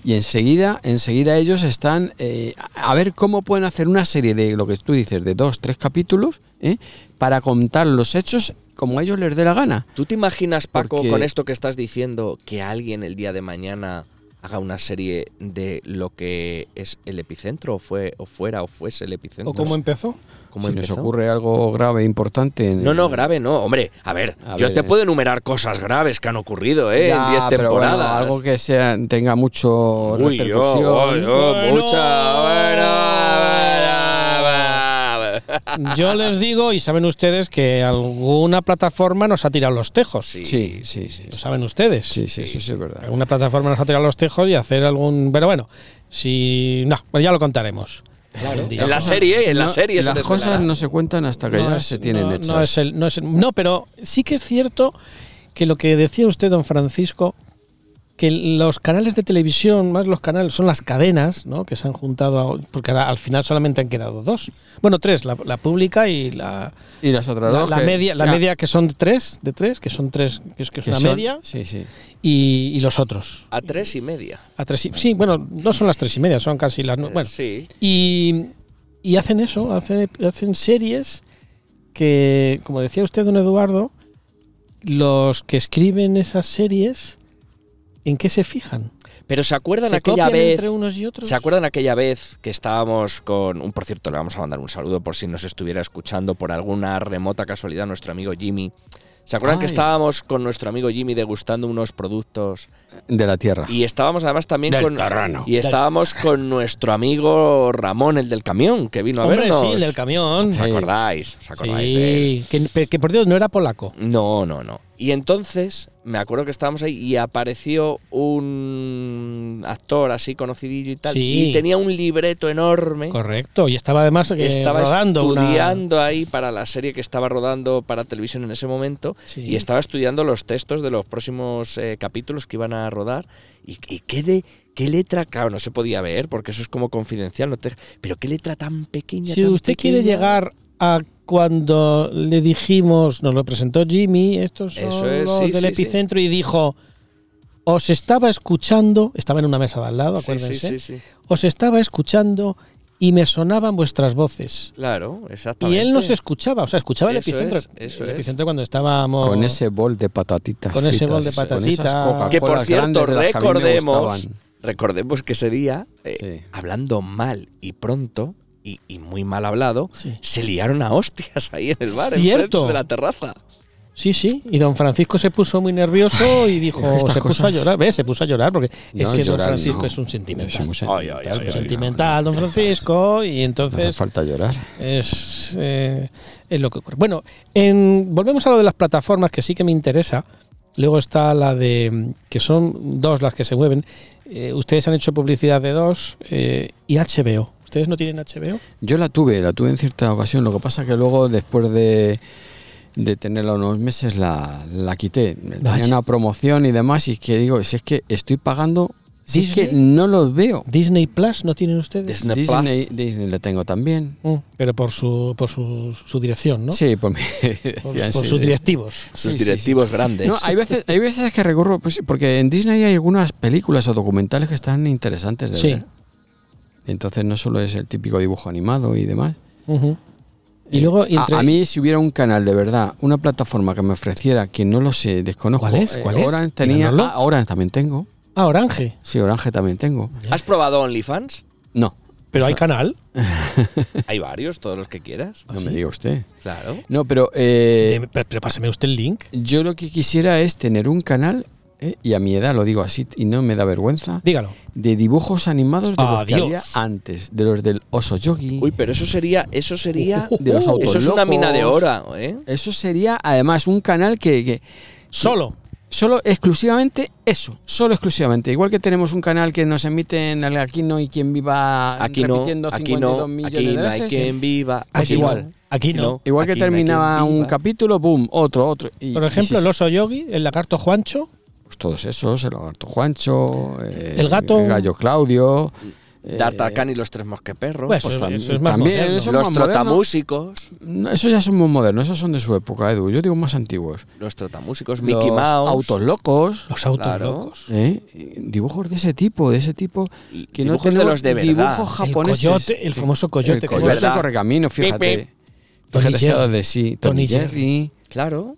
Speaker 4: y enseguida, enseguida ellos están eh, a a ver cómo pueden hacer una serie de lo que tú dices, de dos, tres capítulos, ¿eh? para contar los hechos como a ellos les dé la gana.
Speaker 2: ¿Tú te imaginas, Paco,
Speaker 4: Porque-
Speaker 2: con esto que estás diciendo, que alguien el día de mañana haga una serie de lo que es el epicentro o fue o fuera o fuese el epicentro?
Speaker 3: ¿O cómo em- empezó?
Speaker 2: ¿Cómo
Speaker 4: si nos
Speaker 2: empezó?
Speaker 4: ocurre algo grave, importante. en-
Speaker 2: No, no, grave no. Hombre, a ver,
Speaker 4: A
Speaker 2: yo
Speaker 4: ver,
Speaker 2: te
Speaker 4: eh.
Speaker 2: puedo enumerar cosas graves que han ocurrido, ¿eh?
Speaker 4: Ya,
Speaker 2: en 10
Speaker 4: pero bueno,
Speaker 2: temporadas.
Speaker 4: algo que sea, tenga
Speaker 2: Uy,
Speaker 4: mucho
Speaker 2: oh, yo,
Speaker 4: repercusión.
Speaker 2: uy, yo,
Speaker 3: Bueno.
Speaker 2: mucha. bueno, bueno, bueno.
Speaker 3: Yo les digo, y saben ustedes, que alguna plataforma nos ha tirado los tejos.
Speaker 4: Sí, sí, sí.
Speaker 3: Lo saben ustedes.
Speaker 4: Sí, sí, eso sí es verdad.
Speaker 3: Alguna plataforma nos ha tirado los tejos y hacer algún. Pero bueno, si. No, pues ya lo contaremos. Algún día.
Speaker 2: En la serie, en la
Speaker 4: No,
Speaker 2: serie. se
Speaker 4: las
Speaker 2: desvelará.
Speaker 4: cosas no se cuentan hasta que
Speaker 3: No
Speaker 4: ya
Speaker 3: es-
Speaker 4: se tienen
Speaker 3: no-
Speaker 4: hechas.
Speaker 3: No, es el, no, es el- no, pero sí que es cierto que lo que decía usted, don Francisco, que los canales de televisión, más los canales, son las cadenas, ¿no? Que se han juntado, a- porque ahora, al final solamente han quedado dos. Bueno, tres, la- la pública y la,
Speaker 4: y las otras
Speaker 3: La,
Speaker 4: dos
Speaker 3: la
Speaker 4: que-
Speaker 3: media, la
Speaker 4: o sea,
Speaker 3: media que son tres, de tres, que son tres, que es, que es
Speaker 4: que
Speaker 3: una
Speaker 4: son-
Speaker 3: media,
Speaker 4: Sí, sí.
Speaker 3: y, y los otros.
Speaker 2: A tres y media.
Speaker 3: A tres y- sí, bueno, no son las tres y media, son casi las nue-
Speaker 2: Eh,
Speaker 3: Bueno,
Speaker 2: Sí.
Speaker 3: y, y hacen eso, hacen, hacen series que, como decía usted, don Eduardo, los que escriben esas series, ¿en qué se fijan?
Speaker 2: Pero se acuerdan
Speaker 3: ¿Se
Speaker 2: aquella
Speaker 3: copian
Speaker 2: vez.
Speaker 3: entre unos y otros?
Speaker 2: ¿Se acuerdan aquella vez que estábamos con un, por cierto, le vamos a mandar un saludo por si nos estuviera escuchando por alguna remota casualidad nuestro amigo Jimmy? ¿Se acuerdan que
Speaker 4: Ay.
Speaker 2: estábamos con nuestro amigo Jimmy degustando unos productos
Speaker 4: De la tierra.
Speaker 2: y estábamos además también
Speaker 4: Del
Speaker 2: con
Speaker 4: Terrano.
Speaker 2: y estábamos con nuestro amigo Ramón el del camión que vino a
Speaker 3: Hombre,
Speaker 2: vernos.
Speaker 3: sí, el del camión.
Speaker 2: ¿Os acordáis? ¿Os acordáis de él?
Speaker 3: Sí, que, que por Dios no era polaco.
Speaker 2: No, no, no. Y entonces me acuerdo que estábamos ahí y apareció un actor así conocidillo y tal
Speaker 3: Sí.
Speaker 2: y tenía un libreto enorme.
Speaker 3: Correcto, y estaba además eh,
Speaker 2: estaba
Speaker 3: rodando una-
Speaker 2: estudiando ahí para la serie que estaba rodando para televisión en ese momento
Speaker 3: Sí.
Speaker 2: y estaba estudiando los textos de los próximos eh, capítulos que iban a rodar y, y qué de qué letra claro no se podía ver porque eso es como confidencial no te- pero qué letra tan pequeña
Speaker 3: Si
Speaker 2: tan
Speaker 3: usted quiere
Speaker 2: pequeña.
Speaker 3: llegar a cuando le dijimos, nos lo presentó Jimmy, estos son
Speaker 2: Eso es,
Speaker 3: los
Speaker 2: sí,
Speaker 3: del
Speaker 2: sí,
Speaker 3: epicentro, y dijo, os estaba escuchando, estaba en una mesa de al lado,
Speaker 2: Sí, sí, sí,
Speaker 3: acuérdense,
Speaker 2: sí.
Speaker 3: os estaba escuchando y me sonaban vuestras voces.
Speaker 2: claro exactamente
Speaker 3: Y él nos escuchaba, o sea, escuchaba el
Speaker 2: Eso
Speaker 3: epicentro.
Speaker 2: es, eso
Speaker 3: el
Speaker 2: es.
Speaker 3: epicentro cuando estábamos...
Speaker 4: Con ese bol de patatitas.
Speaker 3: Con ese bol de
Speaker 4: fritas, con
Speaker 3: patatitas.
Speaker 4: esas Coca-Colas
Speaker 2: que por cierto
Speaker 4: grandes de las que a mí me
Speaker 2: recordemos
Speaker 4: gustaban.
Speaker 2: recordemos que ese día eh,
Speaker 4: Sí.
Speaker 2: hablando mal y pronto y, y muy mal hablado
Speaker 3: Sí.
Speaker 2: se liaron a hostias ahí en el bar,
Speaker 3: Cierto.
Speaker 2: enfrente de la terraza.
Speaker 3: Sí, sí, y don Francisco se puso muy nervioso y dijo,
Speaker 4: estas
Speaker 3: se puso a
Speaker 4: cosas.
Speaker 3: llorar, ¿ves? Se puso a llorar porque
Speaker 4: No,
Speaker 3: es que don
Speaker 4: llorar,
Speaker 3: Francisco
Speaker 4: no.
Speaker 3: es un sentimental.
Speaker 4: Es un
Speaker 2: Ay, ay, ay,
Speaker 4: sentimental,
Speaker 2: ay,
Speaker 4: pero
Speaker 3: sentimental, don Francisco, y
Speaker 4: No hace
Speaker 3: entonces
Speaker 4: falta llorar.
Speaker 3: es, eh, es lo que ocurre. Bueno, en- volvemos a lo de las plataformas que sí que me interesa. Luego está la de mm, que son dos las que se mueven. Eh, ustedes han hecho publicidad de dos eh, y HBO. ¿Ustedes no tienen HBO?
Speaker 4: Yo la tuve, la tuve en cierta ocasión. Lo que pasa que luego, después de, de tenerla unos meses, la, la quité.
Speaker 3: Vaya.
Speaker 4: Tenía una promoción y demás. Y es que digo, si es que estoy pagando, si es que
Speaker 3: ¿Disney?
Speaker 4: no los veo.
Speaker 3: Disney Plus no tienen ustedes.
Speaker 2: Disney Plus.
Speaker 4: Disney, Disney la tengo también.
Speaker 3: Mm, pero por su por su, su dirección, ¿no?
Speaker 4: Sí, por, mi
Speaker 3: Por,
Speaker 4: dirección,
Speaker 3: por
Speaker 4: sí,
Speaker 3: sus
Speaker 4: sí.
Speaker 3: directivos.
Speaker 2: Sus
Speaker 4: Sí, sí,
Speaker 2: directivos grandes.
Speaker 4: No, hay veces, hay veces que recurro, pues, porque en Disney hay algunas películas o documentales que están interesantes de
Speaker 3: Sí.
Speaker 4: ver. Entonces no solo es el típico dibujo animado y demás.
Speaker 3: Ujú. Y
Speaker 4: Eh,
Speaker 3: luego
Speaker 4: a-
Speaker 3: entre-
Speaker 4: a, mí si hubiera un canal de verdad, una plataforma que me ofreciera que no lo sé, desconozco.
Speaker 3: ¿Cuál es?
Speaker 4: eh,
Speaker 3: ¿Cuál es?
Speaker 4: Orange tenía,
Speaker 3: Díganoslo.
Speaker 4: ah, Orange también tengo.
Speaker 3: Ah, Orange.
Speaker 4: Sí, Orange también tengo.
Speaker 2: ¿Has probado OnlyFans?
Speaker 4: No,
Speaker 3: Pero hay canal.
Speaker 2: Hay varios, todos los que quieras.
Speaker 3: ¿Ah,
Speaker 4: no me diga usted.
Speaker 2: Claro.
Speaker 4: No, pero eh,
Speaker 3: Eh, pero, pero páseme usted el link.
Speaker 4: yo lo que quisiera es tener un canal, eh, y a mi edad lo digo así, y no me da vergüenza,
Speaker 3: Dígalo.
Speaker 4: de dibujos animados de los que
Speaker 3: Adiós.
Speaker 4: había antes, de los del oso yogi.
Speaker 2: Uy, pero eso sería. Eso sería.
Speaker 4: De los
Speaker 2: uh, eso es una
Speaker 4: autolocos.
Speaker 2: mina de oro, ¿eh?
Speaker 4: Eso sería además un canal que, que
Speaker 3: Solo.
Speaker 4: solo exclusivamente eso, solo exclusivamente. Igual que tenemos un canal que nos emiten al Aquino y quien viva
Speaker 2: Aquí no,
Speaker 4: repitiendo
Speaker 2: aquí
Speaker 4: 52
Speaker 2: no,
Speaker 4: millones
Speaker 2: aquí
Speaker 4: de
Speaker 2: no hay
Speaker 4: veces.
Speaker 2: quien viva.
Speaker 4: Pues
Speaker 2: aquí
Speaker 4: igual.
Speaker 2: no,
Speaker 3: Aquí
Speaker 2: Ah, aquí
Speaker 3: no.
Speaker 2: no,
Speaker 4: Igual que
Speaker 2: aquí no hay quien
Speaker 4: terminaba un
Speaker 2: viva.
Speaker 4: capítulo, boom, otro, otro. Y-
Speaker 3: Por
Speaker 4: y
Speaker 3: ejemplo,
Speaker 4: sí,
Speaker 3: el oso yogi, el lagarto Juancho.
Speaker 4: pues todos esos, el lagarto Juancho, eh,
Speaker 3: El gato.
Speaker 4: el gallo Claudio, eh,
Speaker 2: D'Artagnan y los tres mosqueperros.
Speaker 3: Pues,
Speaker 4: pues
Speaker 3: eso,
Speaker 4: tam-
Speaker 3: eso es más
Speaker 4: también,
Speaker 3: moderno.
Speaker 4: eso- son
Speaker 2: los
Speaker 4: más modernos.
Speaker 2: trotamúsicos.
Speaker 4: no, esos ya son muy modernos, esos son de su época, Edu, yo digo más antiguos.
Speaker 2: Los trotamúsicos. Mickey
Speaker 4: Los
Speaker 2: Mouse.
Speaker 4: autos locos,
Speaker 3: Los autos
Speaker 2: Claro.
Speaker 3: locos.
Speaker 4: ¿eh? dibujos de ese tipo, de ese tipo, que no
Speaker 2: Dibujos de
Speaker 4: tenemos
Speaker 2: los de verdad.
Speaker 4: dibujos
Speaker 3: El
Speaker 4: japoneses.
Speaker 3: coyote, el famoso coyote.
Speaker 4: El
Speaker 3: que
Speaker 4: coyote
Speaker 3: es verdad.
Speaker 4: correcamino, fíjate.
Speaker 3: Tony
Speaker 4: Fíjate se ha dado
Speaker 3: Jerry.
Speaker 4: de sí.
Speaker 3: Tony
Speaker 4: Tony Jerry,
Speaker 2: Claro.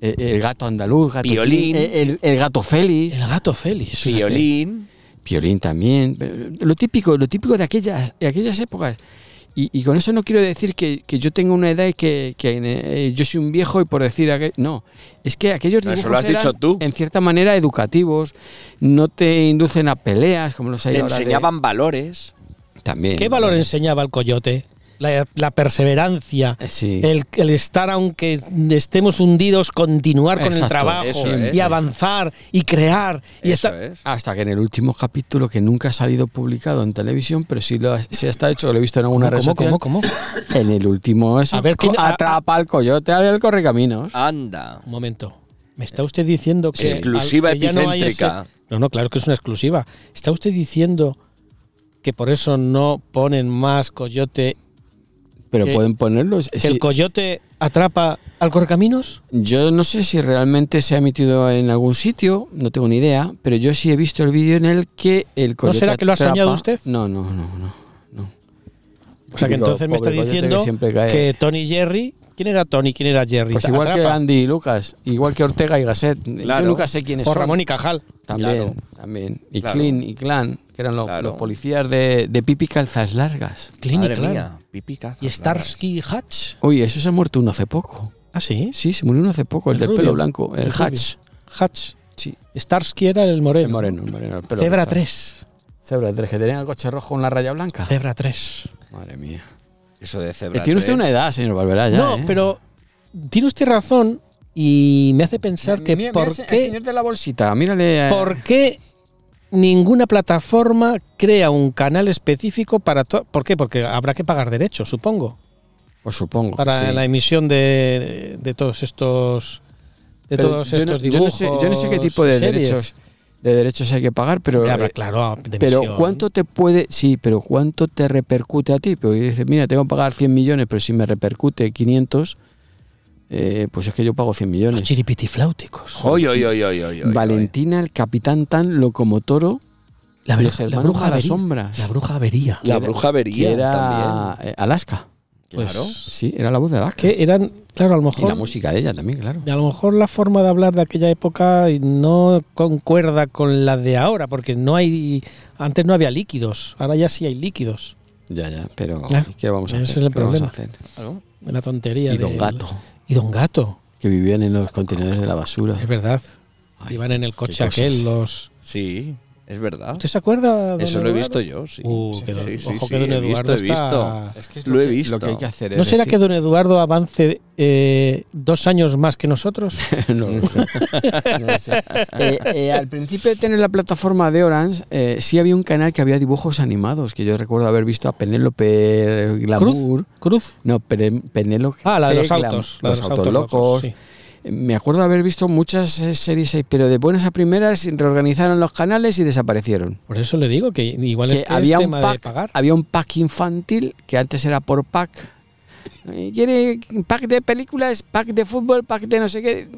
Speaker 4: eh, el gato andaluz, gato
Speaker 2: Piolín.
Speaker 4: Félix, eh, el, el gato Félix,
Speaker 3: El gato Félix.
Speaker 2: Violín.
Speaker 4: Piolín también. pero Lo típico, lo típico de aquellas, de aquellas épocas. Y, y con eso no quiero decir que, que yo tengo una edad y que, que, eh, yo soy un viejo y por decir aquello. No, es que aquellos
Speaker 2: No,
Speaker 4: dibujos
Speaker 2: eso lo has
Speaker 4: eran,
Speaker 2: dicho tú.
Speaker 4: en cierta manera educativos, no te inducen a peleas como los hay
Speaker 2: Le
Speaker 4: ahora. de-
Speaker 2: enseñaban valores.
Speaker 4: también.
Speaker 3: ¿Qué valor enseñaba el coyote? La, la perseverancia,
Speaker 4: Eh, sí.
Speaker 3: el, el estar aunque estemos hundidos, continuar con
Speaker 4: Exacto,
Speaker 3: el trabajo
Speaker 2: eso
Speaker 3: y
Speaker 2: es.
Speaker 3: avanzar y crear y
Speaker 2: Eso
Speaker 3: estar.
Speaker 2: es.
Speaker 4: Hasta que en el último capítulo, que nunca ha salido publicado en televisión, pero sí, lo, ha- sí está hecho, lo he visto en alguna red
Speaker 3: ¿Cómo,
Speaker 4: social.
Speaker 3: cómo, cómo?
Speaker 4: En el último, eso,
Speaker 3: A ver, ¿quién- Ah,
Speaker 4: co-
Speaker 3: a-
Speaker 4: atrapa al coyote, abre el correcaminos.
Speaker 2: Anda.
Speaker 3: Un momento. ¿Me está usted diciendo que.
Speaker 2: Exclusiva
Speaker 3: al- que ya no hay
Speaker 2: epicéntrica.
Speaker 3: ese- No, no, claro que es una exclusiva. ¿Está usted diciendo que por eso no ponen más coyote?
Speaker 4: Pero
Speaker 3: que-
Speaker 4: pueden ponerlo.
Speaker 3: ¿Que
Speaker 4: sí.
Speaker 3: el coyote atrapa al correcaminos?
Speaker 4: Yo no sé si realmente se ha emitido en algún sitio, no tengo ni idea, pero yo sí he visto el vídeo en el que el coyote.
Speaker 3: será que lo ha
Speaker 4: atrapa-
Speaker 3: soñado usted?
Speaker 4: No, no, no. no, no.
Speaker 3: O sea que
Speaker 4: Típico
Speaker 3: entonces me está
Speaker 4: pobre coyote que
Speaker 3: diciendo
Speaker 4: siempre cae.
Speaker 3: que Tony Jerry. ¿Quién era Tony? ¿Quién era Jerry?
Speaker 4: Pues igual que
Speaker 3: Atrapa.
Speaker 4: Andy y Lucas, igual que Ortega y Gasset.
Speaker 2: Claro.
Speaker 4: Yo nunca sé quiénes
Speaker 3: O
Speaker 4: son.
Speaker 3: Ramón y Cajal.
Speaker 4: También,
Speaker 2: Claro.
Speaker 4: también. Y
Speaker 2: Claro.
Speaker 4: Clean y Clan, que eran los,
Speaker 2: Claro.
Speaker 4: los policías de, de Pipi Calzas Largas.
Speaker 2: Madre
Speaker 3: Clínica.
Speaker 2: mía, Pipi Cazas,
Speaker 3: Y Starsky Hatch.
Speaker 4: Oye, eso se ha muerto uno hace poco.
Speaker 3: Ah, sí.
Speaker 4: Sí, se murió uno hace poco, el,
Speaker 3: El
Speaker 4: del
Speaker 3: rubio.
Speaker 4: pelo blanco, el,
Speaker 3: El rubio.
Speaker 4: Hatch.
Speaker 3: Hatch.
Speaker 4: Sí,
Speaker 3: Starsky era el moreno.
Speaker 4: el moreno, el moreno. el pelo
Speaker 3: Zebra
Speaker 4: rojo.
Speaker 3: 3.
Speaker 4: Zebra 3, que tenía el coche rojo con la raya blanca.
Speaker 3: Zebra 3.
Speaker 4: Madre mía.
Speaker 2: Eso de cebra.
Speaker 4: Eh, Tiene usted
Speaker 2: tres.
Speaker 4: una edad, señor Barberá, ya.
Speaker 3: no,
Speaker 4: ¿eh?
Speaker 3: pero tiene usted razón y me hace pensar que
Speaker 4: Mira, mira
Speaker 3: por
Speaker 4: ese- el
Speaker 3: qué,
Speaker 4: señor de la bolsita, mírale. eh,
Speaker 3: por qué ninguna plataforma crea un canal específico para todo. ¿Por qué? Porque habrá que pagar derechos, supongo,
Speaker 4: Pues supongo. que
Speaker 3: para
Speaker 4: sí.
Speaker 3: la emisión de, de todos estos de
Speaker 4: Pero
Speaker 3: todos
Speaker 4: yo no-
Speaker 3: estos
Speaker 4: yo no
Speaker 3: dibujos.
Speaker 4: sé- Yo no sé qué tipo de
Speaker 3: series.
Speaker 4: derechos, de derechos hay que pagar, pero.
Speaker 3: Habrá,
Speaker 4: eh,
Speaker 3: claro, de
Speaker 4: Pero
Speaker 3: emisión.
Speaker 4: ¿cuánto te puede, sí, pero cuánto te repercute a ti? Porque dices, mira, tengo que pagar 100 millones, pero si me repercute 500, eh, pues es que yo pago 100
Speaker 3: Los
Speaker 4: millones.
Speaker 3: chiripitifláuticos.
Speaker 2: Oy, oy, oy, oy, oy, oy,
Speaker 4: Valentina, el capitán tan locomotoro,
Speaker 3: La,
Speaker 4: los
Speaker 3: bruja, la
Speaker 4: hermanos
Speaker 3: bruja
Speaker 4: a las
Speaker 3: avería.
Speaker 4: sombras,
Speaker 3: La bruja avería.
Speaker 2: oy. La
Speaker 4: que era-
Speaker 2: bruja
Speaker 4: que
Speaker 2: vería
Speaker 4: era eh, Alaska.
Speaker 2: también. Claro.
Speaker 4: Sí, era la voz de Alaska.
Speaker 3: Que Pues, eran, claro, a lo mejor.
Speaker 4: Y la música de ella también, claro.
Speaker 3: A lo mejor la forma de hablar de aquella época no concuerda con la de ahora, porque no hay. Antes no había líquidos, ahora ya sí hay líquidos.
Speaker 4: Ya, ya, pero
Speaker 3: Claro.
Speaker 4: ¿qué vamos a
Speaker 3: Ese
Speaker 4: hacer?
Speaker 3: es el
Speaker 4: ¿Qué vamos a
Speaker 3: problema.
Speaker 4: hacer?
Speaker 2: claro.
Speaker 3: La tontería.
Speaker 4: Y Don
Speaker 3: del-
Speaker 4: Gato,
Speaker 3: Y Don Gato,
Speaker 4: que vivían en los contenedores de la basura.
Speaker 3: es verdad.
Speaker 4: Ay,
Speaker 3: Iban en el
Speaker 4: qué
Speaker 3: coche
Speaker 4: cosas.
Speaker 3: aquel, los.
Speaker 2: Sí, es verdad.
Speaker 3: ¿Usted se acuerda? don
Speaker 2: Eso lo he visto
Speaker 3: Eduardo?
Speaker 2: yo, sí.
Speaker 3: Uh,
Speaker 2: Sí,
Speaker 3: que don-
Speaker 2: sí, sí,
Speaker 3: ojo
Speaker 2: sí,
Speaker 3: que Don
Speaker 2: he visto,
Speaker 3: Eduardo
Speaker 2: he
Speaker 3: está-
Speaker 2: visto.
Speaker 4: Es que es
Speaker 2: Lo he
Speaker 4: que-
Speaker 2: visto.
Speaker 4: Lo que hay que hacer es
Speaker 3: ¿No será
Speaker 4: decir-
Speaker 3: que Don Eduardo avance eh, dos años más que nosotros?
Speaker 4: No lo sé. No lo sé. Eh, eh, al principio de tener la plataforma de Orange, eh, sí había un canal que había dibujos animados, que yo recuerdo haber visto a Penélope eh, Glamour.
Speaker 3: Cruz.
Speaker 4: No, Pe- Penélope.
Speaker 3: Ah, la de los
Speaker 4: Glam-
Speaker 3: autos. la de
Speaker 4: Los, autos locos.
Speaker 3: sí.
Speaker 4: Me acuerdo haber visto muchas eh, series, ahí, pero de buenas a primeras reorganizaron los canales y desaparecieron.
Speaker 3: Por eso le digo que igual
Speaker 4: Que
Speaker 3: este
Speaker 4: había,
Speaker 3: es
Speaker 4: un
Speaker 3: tema de
Speaker 4: pack,
Speaker 3: pagar.
Speaker 4: había un pack infantil que antes era por pack. Eh, ¿Quiere pack de películas, pack de fútbol, pack de no sé qué?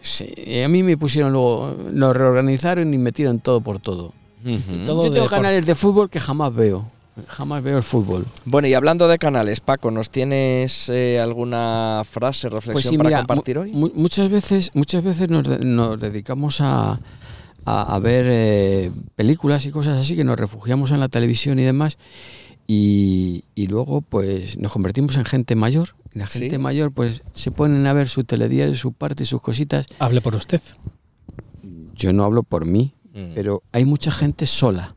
Speaker 4: Sí, eh, a mí me pusieron luego, lo reorganizaron y metieron todo por todo.
Speaker 2: Ujú.
Speaker 3: Todo de
Speaker 4: Yo tengo
Speaker 3: deporte.
Speaker 4: canales de fútbol que jamás veo. Jamás veo el fútbol.
Speaker 2: Bueno, y hablando de canales, Paco, ¿nos tienes eh, alguna frase, reflexión
Speaker 4: Pues sí,
Speaker 2: para
Speaker 4: mira,
Speaker 2: compartir
Speaker 4: mu-
Speaker 2: hoy?
Speaker 4: mu- muchas veces, muchas veces nos, de- nos dedicamos a, a, a ver eh, películas y cosas así, que nos refugiamos en la televisión y demás. Y, y luego pues nos convertimos en gente mayor. Y La
Speaker 2: Sí.
Speaker 4: gente mayor pues se ponen a ver su telediario, su parte, sus cositas.
Speaker 3: Hable por usted.
Speaker 4: Yo no hablo por mí,
Speaker 2: Mm.
Speaker 4: pero hay mucha gente sola.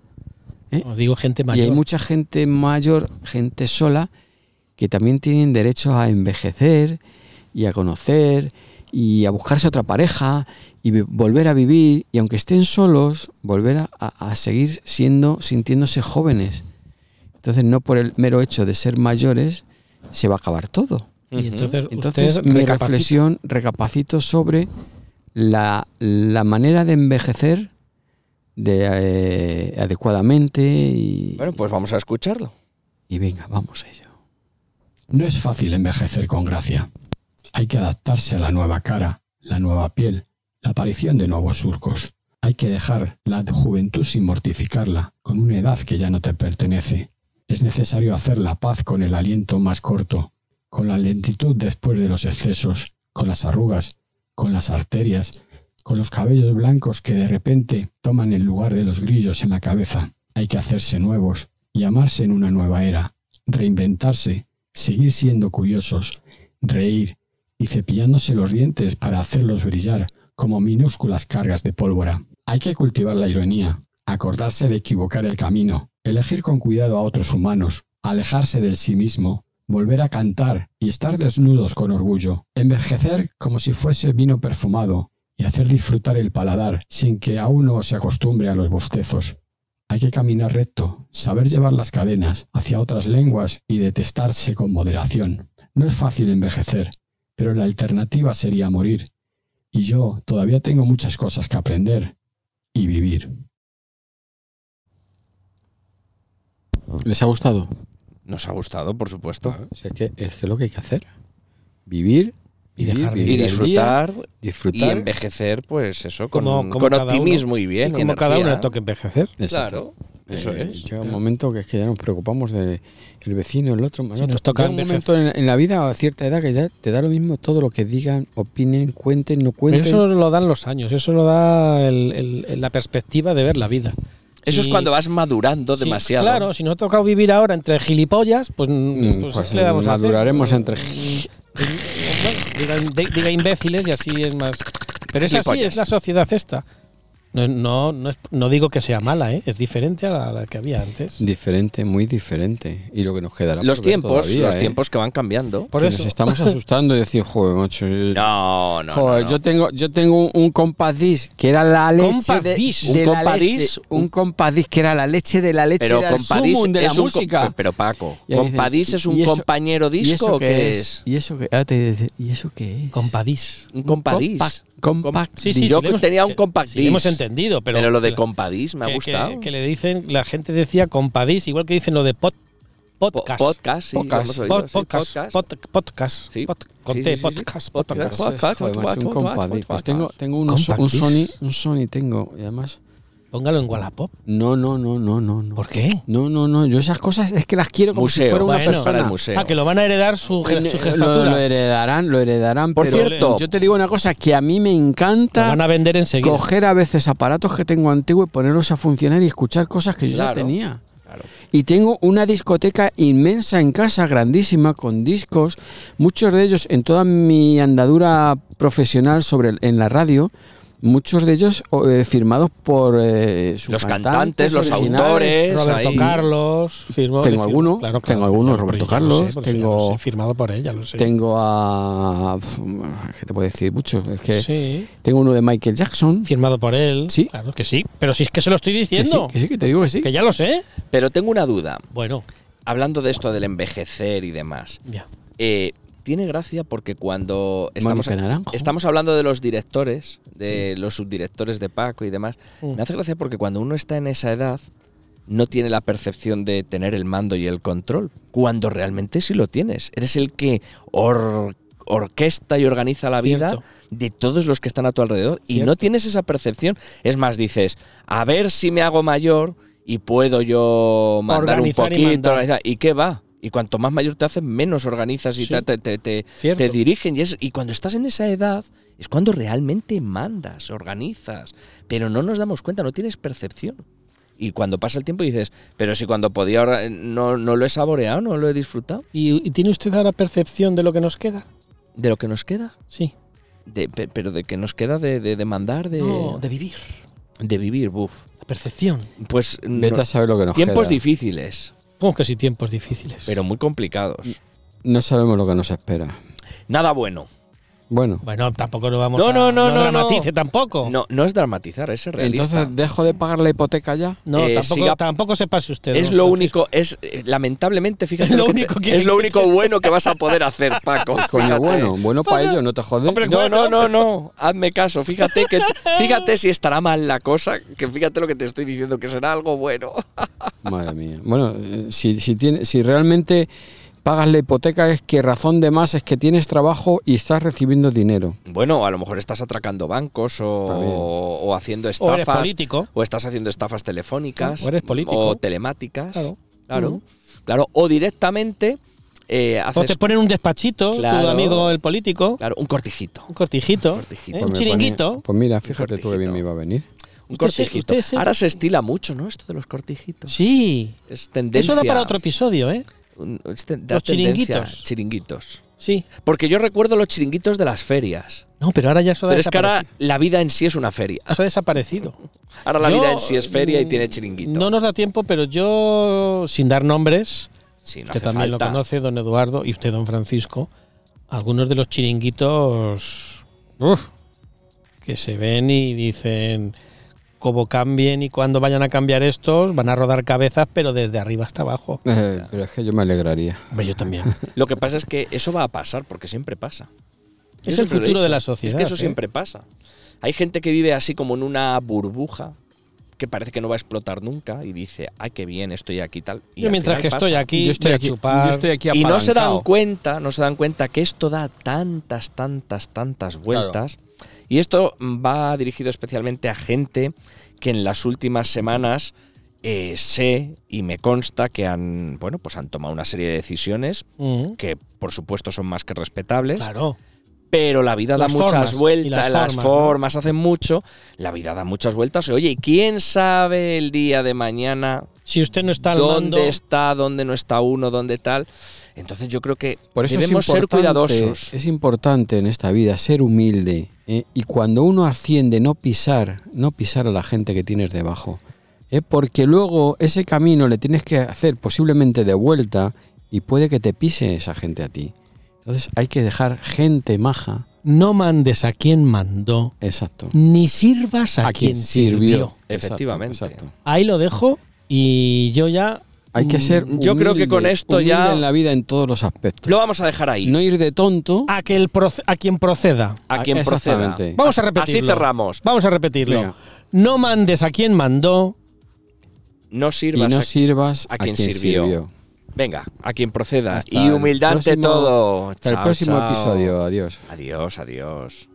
Speaker 4: ¿Eh?
Speaker 3: O digo gente mayor.
Speaker 4: Y hay mucha gente mayor, gente sola, que también tienen derecho a envejecer y a conocer y a buscarse otra pareja y vi- volver a vivir y aunque estén solos, volver a, a- a seguir siendo, sintiéndose jóvenes. Entonces no por el mero hecho de ser mayores se va a acabar todo.
Speaker 3: Y entonces,
Speaker 4: Entonces
Speaker 3: usted
Speaker 4: mi
Speaker 3: recapacita.
Speaker 4: reflexión recapacito sobre la, la manera de envejecer de, eh, adecuadamente y,
Speaker 2: Bueno, pues vamos a escucharlo.
Speaker 4: y venga, vamos a ello.
Speaker 7: No es fácil envejecer con gracia. Hay que adaptarse a la nueva cara, la nueva piel, la aparición de nuevos surcos. Hay que dejar la juventud sin mortificarla, con una edad que ya no te pertenece. Es necesario hacer la paz con el aliento más corto, con la lentitud después de los excesos, con las arrugas, con las arterias, con los cabellos blancos que de repente toman el lugar de los grillos en la cabeza. Hay que hacerse nuevos y amarse en una nueva era, reinventarse, seguir siendo curiosos, reír y cepillándose los dientes para hacerlos brillar como minúsculas cargas de pólvora. Hay que cultivar la ironía, acordarse de equivocar el camino, elegir con cuidado a otros humanos, alejarse del sí mismo, volver a cantar y estar desnudos con orgullo, envejecer como si fuese vino perfumado y hacer disfrutar el paladar sin que a uno se acostumbre a los bostezos. Hay que caminar recto, saber llevar las cadenas hacia otras lenguas y detestarse con moderación. No es fácil envejecer, pero la alternativa sería morir. Y yo todavía tengo muchas cosas que aprender y vivir.
Speaker 4: ¿Les ha gustado?
Speaker 2: Nos ha gustado, por supuesto.
Speaker 4: O sea, que es que lo que hay que hacer. Vivir
Speaker 3: Y
Speaker 4: vivir,
Speaker 3: dejar
Speaker 4: vivir
Speaker 2: Y
Speaker 4: el día,
Speaker 2: disfrutar
Speaker 4: disfrutar.
Speaker 2: y envejecer, pues eso, con,
Speaker 3: Como- como
Speaker 2: con
Speaker 3: cada
Speaker 2: optimismo y bien.
Speaker 3: Y como cada uno
Speaker 2: energía.
Speaker 3: le toca envejecer.
Speaker 2: Claro,
Speaker 4: Exacto.
Speaker 2: eso
Speaker 4: Eh,
Speaker 2: es.
Speaker 4: Llega un momento que es que ya nos preocupamos del vecino, el otro. el
Speaker 3: Si
Speaker 4: otro.
Speaker 3: nos toca
Speaker 4: llega un
Speaker 3: envejecer.
Speaker 4: momento en, en la vida a cierta edad que ya te da lo mismo todo lo que digan, opinen, cuenten, no cuenten.
Speaker 3: Pero eso lo dan los años, eso lo da el- el- el- la perspectiva de ver la vida.
Speaker 2: Eso es
Speaker 3: Si-
Speaker 2: cuando vas madurando
Speaker 3: si-
Speaker 2: demasiado.
Speaker 3: Claro, si nos ha tocado vivir ahora entre gilipollas, pues,
Speaker 4: Mm,
Speaker 3: pues,
Speaker 4: pues
Speaker 3: ¿qué le vamos a hacer? Mm,
Speaker 4: maduraremos entre
Speaker 3: Diga, de- diga imbéciles y así es más. Pero es así,
Speaker 2: Gilipollas.
Speaker 3: es la sociedad esta. No, no, no, es- no digo que sea mala, ¿eh? es diferente a la, a la que había antes.
Speaker 4: Diferente, muy diferente. Y lo que nos quedará.
Speaker 2: Los
Speaker 4: por ver
Speaker 2: tiempos,
Speaker 4: todavía,
Speaker 2: los
Speaker 4: ¿eh?
Speaker 2: tiempos que van cambiando.
Speaker 3: Por
Speaker 4: Que
Speaker 3: eso,
Speaker 4: Nos estamos asustando y decir, joder, macho. yo-
Speaker 2: No, no.
Speaker 4: Joder,
Speaker 2: no, no.
Speaker 4: Yo tengo, yo tengo un, un compas dis que era la leche
Speaker 3: Compas
Speaker 4: de,
Speaker 3: dis.
Speaker 4: de
Speaker 2: Un
Speaker 4: la
Speaker 2: compas
Speaker 4: leche,
Speaker 2: dis,
Speaker 4: un
Speaker 2: un-
Speaker 4: compas dis que era la leche de la leche
Speaker 2: pero
Speaker 4: era el
Speaker 2: compadís
Speaker 4: sumum de la
Speaker 2: es un co-
Speaker 4: música.
Speaker 2: pero Paco,
Speaker 4: Y ahí dicen,
Speaker 2: compadís es un
Speaker 4: ¿y eso-
Speaker 2: compañero
Speaker 4: ¿Y
Speaker 2: disco
Speaker 4: eso
Speaker 2: o qué es?
Speaker 4: ¿Y eso qué? Ah, te dice, ¿y eso qué es?
Speaker 3: compadís.
Speaker 2: Un compadís.
Speaker 4: Compa-
Speaker 2: Compa-
Speaker 4: compact
Speaker 3: Sí, sí,
Speaker 2: Yo
Speaker 3: sí, le hemos-
Speaker 2: tenía un
Speaker 3: que-
Speaker 2: compact
Speaker 3: sí, le hemos
Speaker 2: disc.
Speaker 3: entendido, pero,
Speaker 2: Pero, lo de
Speaker 3: la-
Speaker 2: compadís me ha
Speaker 3: que- que-
Speaker 2: gustado.
Speaker 3: Que, le dicen, la gente decía compadís, igual que dicen lo de pod-
Speaker 2: Po-
Speaker 3: podcast.
Speaker 2: podcast, sí, lo
Speaker 4: Podcast.
Speaker 2: hemos oído,
Speaker 3: Pod-
Speaker 2: sí,
Speaker 3: podcast, pod- podcast,
Speaker 2: Sí.
Speaker 3: pod- con
Speaker 2: Sí,
Speaker 3: T,
Speaker 2: sí, sí, sí.
Speaker 3: podcast,
Speaker 2: Podcast.
Speaker 3: podcast.
Speaker 4: Eso es,
Speaker 2: Compa-
Speaker 4: joder,
Speaker 2: compa-
Speaker 4: macho,
Speaker 2: compa-
Speaker 4: un compas dis.
Speaker 2: compa-
Speaker 4: Pues tengo, tengo uno, so- un
Speaker 3: Compact
Speaker 4: Sony,
Speaker 3: dis.
Speaker 4: un Sony tengo, y además.
Speaker 3: Póngalo en Wallapop.
Speaker 4: No, no, no, no, no, no.
Speaker 3: ¿Por qué?
Speaker 4: No, no, no. Yo esas cosas es que las quiero como si
Speaker 2: Museo.
Speaker 4: fuera una
Speaker 2: Bueno,
Speaker 4: persona.
Speaker 2: para el museo.
Speaker 3: Ah, que lo van a heredar su, je- su
Speaker 4: Eh,
Speaker 3: jefatura.
Speaker 4: Lo, lo heredarán, lo heredarán.
Speaker 2: Por
Speaker 4: pero
Speaker 2: cierto.
Speaker 4: yo te digo una cosa que a mí me
Speaker 3: Lo
Speaker 4: encanta
Speaker 3: van a vender enseguida.
Speaker 4: coger a veces aparatos que tengo antiguos y ponerlos a funcionar y escuchar cosas que yo
Speaker 2: Claro.
Speaker 4: ya tenía.
Speaker 2: Claro.
Speaker 4: Y tengo una discoteca inmensa en casa, grandísima, con discos, muchos de ellos en toda mi andadura profesional sobre el- en la radio, muchos de ellos o, eh, firmados por eh, sus
Speaker 2: Los cantantes, los
Speaker 4: originales.
Speaker 2: autores.
Speaker 3: Roberto
Speaker 2: ahí.
Speaker 3: Carlos, firmó.
Speaker 4: Tengo
Speaker 3: le firmó-
Speaker 4: alguno, tengo alguno, Roberto
Speaker 3: ya lo
Speaker 4: Carlos,
Speaker 3: pues ya
Speaker 4: tengo-
Speaker 3: lo sé, firmado por él, ya lo sé.
Speaker 4: Tengo a. ¿Qué te puedo decir? Mucho. Es que
Speaker 3: Sí,
Speaker 4: tengo uno de Michael Jackson.
Speaker 3: firmado por él.
Speaker 4: Sí.
Speaker 3: Claro que sí. Pero si es que se lo estoy diciendo.
Speaker 4: Que sí, que sí, que te digo que sí.
Speaker 3: Que ya lo sé.
Speaker 2: Pero tengo una duda.
Speaker 3: Bueno,
Speaker 2: Hablando de esto del envejecer y demás.
Speaker 3: ya.
Speaker 2: eh, tiene gracia porque cuando estamos,
Speaker 4: Mónica Naranjo.
Speaker 2: estamos hablando de los directores, de los subdirectores de Paco y demás,
Speaker 3: Mm.
Speaker 2: me hace gracia porque cuando uno está en esa edad no tiene la percepción de tener el mando y el control, cuando realmente sí lo tienes. Eres el que or- orquesta y organiza la
Speaker 3: Cierto.
Speaker 2: vida de todos los que están a tu alrededor y
Speaker 3: Cierto.
Speaker 2: no tienes esa percepción. Es más, dices, a ver si me hago mayor y puedo yo mandar
Speaker 3: Organizar y
Speaker 2: un poquito,
Speaker 3: mandar.
Speaker 2: organizar. ¿Y qué va? Y cuanto más mayor te haces, menos organizas y
Speaker 3: Sí.
Speaker 2: te, te- te-
Speaker 3: Cierto.
Speaker 2: te dirigen. Y, es, y cuando estás en esa edad es cuando realmente mandas, organizas. Pero no nos damos cuenta, no tienes percepción. Y cuando pasa el tiempo dices, pero si cuando podía ahora eh, no, no lo he saboreado, no lo he disfrutado,
Speaker 3: ¿Y, y tiene usted ahora percepción de lo que nos queda?
Speaker 2: de lo que nos queda.
Speaker 3: Sí.
Speaker 2: De- pe- pero de que nos queda de, de, de mandar, Eh, de,
Speaker 3: No, de vivir.
Speaker 2: de vivir, buf.
Speaker 3: La percepción.
Speaker 2: Pues no-
Speaker 8: Vete a saber lo que nos
Speaker 2: tiempos
Speaker 8: queda.
Speaker 2: difíciles,
Speaker 3: Supongo que sí, tiempos difíciles.
Speaker 2: pero muy complicados.
Speaker 8: No sabemos lo que nos espera.
Speaker 2: Nada bueno.
Speaker 8: Bueno,
Speaker 3: bueno, tampoco lo vamos
Speaker 2: No,
Speaker 3: a.
Speaker 2: no, no, no, no.
Speaker 3: dramatice tampoco.
Speaker 2: No, no es dramatizar, es ser realista.
Speaker 8: entonces dejo de pagar la hipoteca ya.
Speaker 3: No,
Speaker 2: Eh,
Speaker 3: tampoco,
Speaker 2: siga-
Speaker 3: tampoco se pase usted.
Speaker 2: es
Speaker 3: don
Speaker 2: lo
Speaker 3: Francisco.
Speaker 2: único, es eh, lamentablemente, fíjate,
Speaker 3: Es
Speaker 2: que
Speaker 3: lo
Speaker 2: te-
Speaker 3: único que-
Speaker 2: es lo único bueno que vas a poder hacer, Paco.
Speaker 8: Coño,
Speaker 2: fíjate.
Speaker 8: bueno, bueno para ellos, no te jodes.
Speaker 3: Hombre,
Speaker 2: No, no, no, no, hazme caso, fíjate que fíjate si estará mal la cosa, que fíjate lo que te estoy diciendo que será algo bueno.
Speaker 8: Madre mía. Bueno, eh, si, si, tiene- si realmente pagas la hipoteca es que razón de más es que tienes trabajo y estás recibiendo dinero.
Speaker 2: Bueno, a lo mejor estás atracando bancos o,
Speaker 8: Está bien.
Speaker 2: o haciendo estafas.
Speaker 3: O eres político.
Speaker 2: o estás haciendo estafas telefónicas
Speaker 3: O eres político.
Speaker 2: o telemáticas
Speaker 3: Claro.
Speaker 2: claro claro o directamente eh,
Speaker 3: O
Speaker 2: haces
Speaker 3: te ponen un despachito, tu
Speaker 2: Claro.
Speaker 3: amigo el político.
Speaker 2: claro, un cortijito
Speaker 3: Un cortijito.
Speaker 2: cortijito.
Speaker 3: ¿eh?
Speaker 8: Pues
Speaker 3: Un
Speaker 8: me
Speaker 3: chiringuito.
Speaker 8: ponía- pues mira, fíjate tú que
Speaker 2: cortijito.
Speaker 8: bien me iba a venir.
Speaker 2: un
Speaker 3: Usted se-
Speaker 2: cortijito
Speaker 3: usted se-
Speaker 2: ahora se estila mucho no esto de los cortijitos
Speaker 3: Sí.
Speaker 2: es tendencia
Speaker 3: Eso da para otro episodio, ¿eh?
Speaker 2: un- es ten- da tendencia-
Speaker 3: Los chiringuitos.
Speaker 2: chiringuitos
Speaker 3: Sí.
Speaker 2: porque yo recuerdo los chiringuitos de las ferias
Speaker 3: No, pero ahora ya eso, ha
Speaker 2: pero es que ahora
Speaker 3: desaparecido.
Speaker 2: la vida en sí es una feria
Speaker 3: Eso ha desaparecido.
Speaker 2: ahora la
Speaker 3: Yo,
Speaker 2: vida en sí es feria y
Speaker 3: mm,
Speaker 2: tiene chiringuito
Speaker 3: No nos da tiempo, pero yo, sin dar nombres,
Speaker 2: Sí, no
Speaker 3: usted
Speaker 2: hace
Speaker 3: también
Speaker 2: falta.
Speaker 3: lo conoce, don Eduardo, y usted, don Francisco, algunos de los chiringuitos uf, que se ven y dicen cómo cambien y cuándo vayan a cambiar estos, van a rodar cabezas, pero desde arriba hasta abajo.
Speaker 8: Eh, pero es que yo me alegraría.
Speaker 3: Hombre, yo también.
Speaker 2: Lo que pasa es que eso va a pasar porque siempre pasa. Yo
Speaker 3: Es el
Speaker 2: siempre lo he
Speaker 3: futuro de
Speaker 2: dicho.
Speaker 3: la sociedad,
Speaker 2: Es que eso
Speaker 3: ¿eh?
Speaker 2: siempre pasa. Hay gente que vive así como en una burbuja que parece que no va a explotar nunca y dice, ay, qué bien, estoy aquí tal. Y
Speaker 3: yo
Speaker 2: al
Speaker 3: mientras
Speaker 2: final
Speaker 3: que
Speaker 2: pasa.
Speaker 3: estoy aquí,
Speaker 8: yo estoy
Speaker 3: voy a
Speaker 8: aquí,
Speaker 3: chupar.
Speaker 8: yo estoy aquí
Speaker 2: Y no se dan
Speaker 8: apalancao.
Speaker 2: cuenta, no se dan cuenta que esto da tantas, tantas, tantas vueltas. Y esto va dirigido especialmente a gente que en las últimas semanas eh, sé y me consta que han, bueno, pues han tomado una serie de decisiones
Speaker 3: Mm,
Speaker 2: que por supuesto son más que respetables,
Speaker 3: claro.
Speaker 2: pero la vida
Speaker 3: Las
Speaker 2: da muchas
Speaker 3: formas, y
Speaker 2: vueltas,
Speaker 3: las
Speaker 2: las,
Speaker 3: formas,
Speaker 2: formas,
Speaker 3: ¿no?
Speaker 2: hacen mucho, la vida da muchas vueltas. Oye, ¿y quién sabe el día de mañana
Speaker 3: Si usted no está al mando,
Speaker 2: dónde está, dónde no está uno, dónde tal? Entonces yo creo que
Speaker 8: Por eso es
Speaker 2: debemos ser
Speaker 8: importante-
Speaker 2: cuidadosos.
Speaker 8: Es importante en esta vida ser humilde ¿eh? y cuando uno asciende no pisar, no pisar a la gente que tienes debajo. ¿eh? Porque luego ese camino le tienes que hacer posiblemente de vuelta y puede que te pise esa gente a ti. Entonces hay que dejar gente maja.
Speaker 3: no mandes a quien mandó,
Speaker 8: Exacto.
Speaker 3: ni sirvas a, quien sirvió.
Speaker 8: Exacto,
Speaker 2: Efectivamente.
Speaker 8: exacto.
Speaker 3: Ahí lo dejo y yo ya.
Speaker 8: Hay que ser.
Speaker 2: Mm, yo creo que con
Speaker 8: humilde,
Speaker 2: esto
Speaker 8: humilde
Speaker 2: ya-
Speaker 8: en la vida en todos los aspectos.
Speaker 2: Lo vamos a dejar ahí,
Speaker 8: No ir de tonto.
Speaker 3: A, que el proce- a quien proceda.
Speaker 2: a quien proceda.
Speaker 8: Exactamente.
Speaker 3: Vamos a
Speaker 2: Así
Speaker 3: repetirlo.
Speaker 2: cerramos.
Speaker 3: Vamos a repetirlo.
Speaker 8: Venga.
Speaker 3: No mandes a quien mandó.
Speaker 2: No
Speaker 8: Y
Speaker 2: sirvas
Speaker 8: no
Speaker 2: a-
Speaker 8: sirvas
Speaker 2: a
Speaker 8: a
Speaker 2: quien
Speaker 8: quien,
Speaker 2: sirvió.
Speaker 8: sirvió.
Speaker 2: Venga, a quien proceda.
Speaker 8: Hasta
Speaker 2: y
Speaker 8: el
Speaker 2: humildad ante
Speaker 8: próximo-
Speaker 2: todo.
Speaker 8: Hasta el
Speaker 2: Chao,
Speaker 8: próximo
Speaker 2: chao.
Speaker 8: episodio. Adiós.
Speaker 2: Adiós, adiós.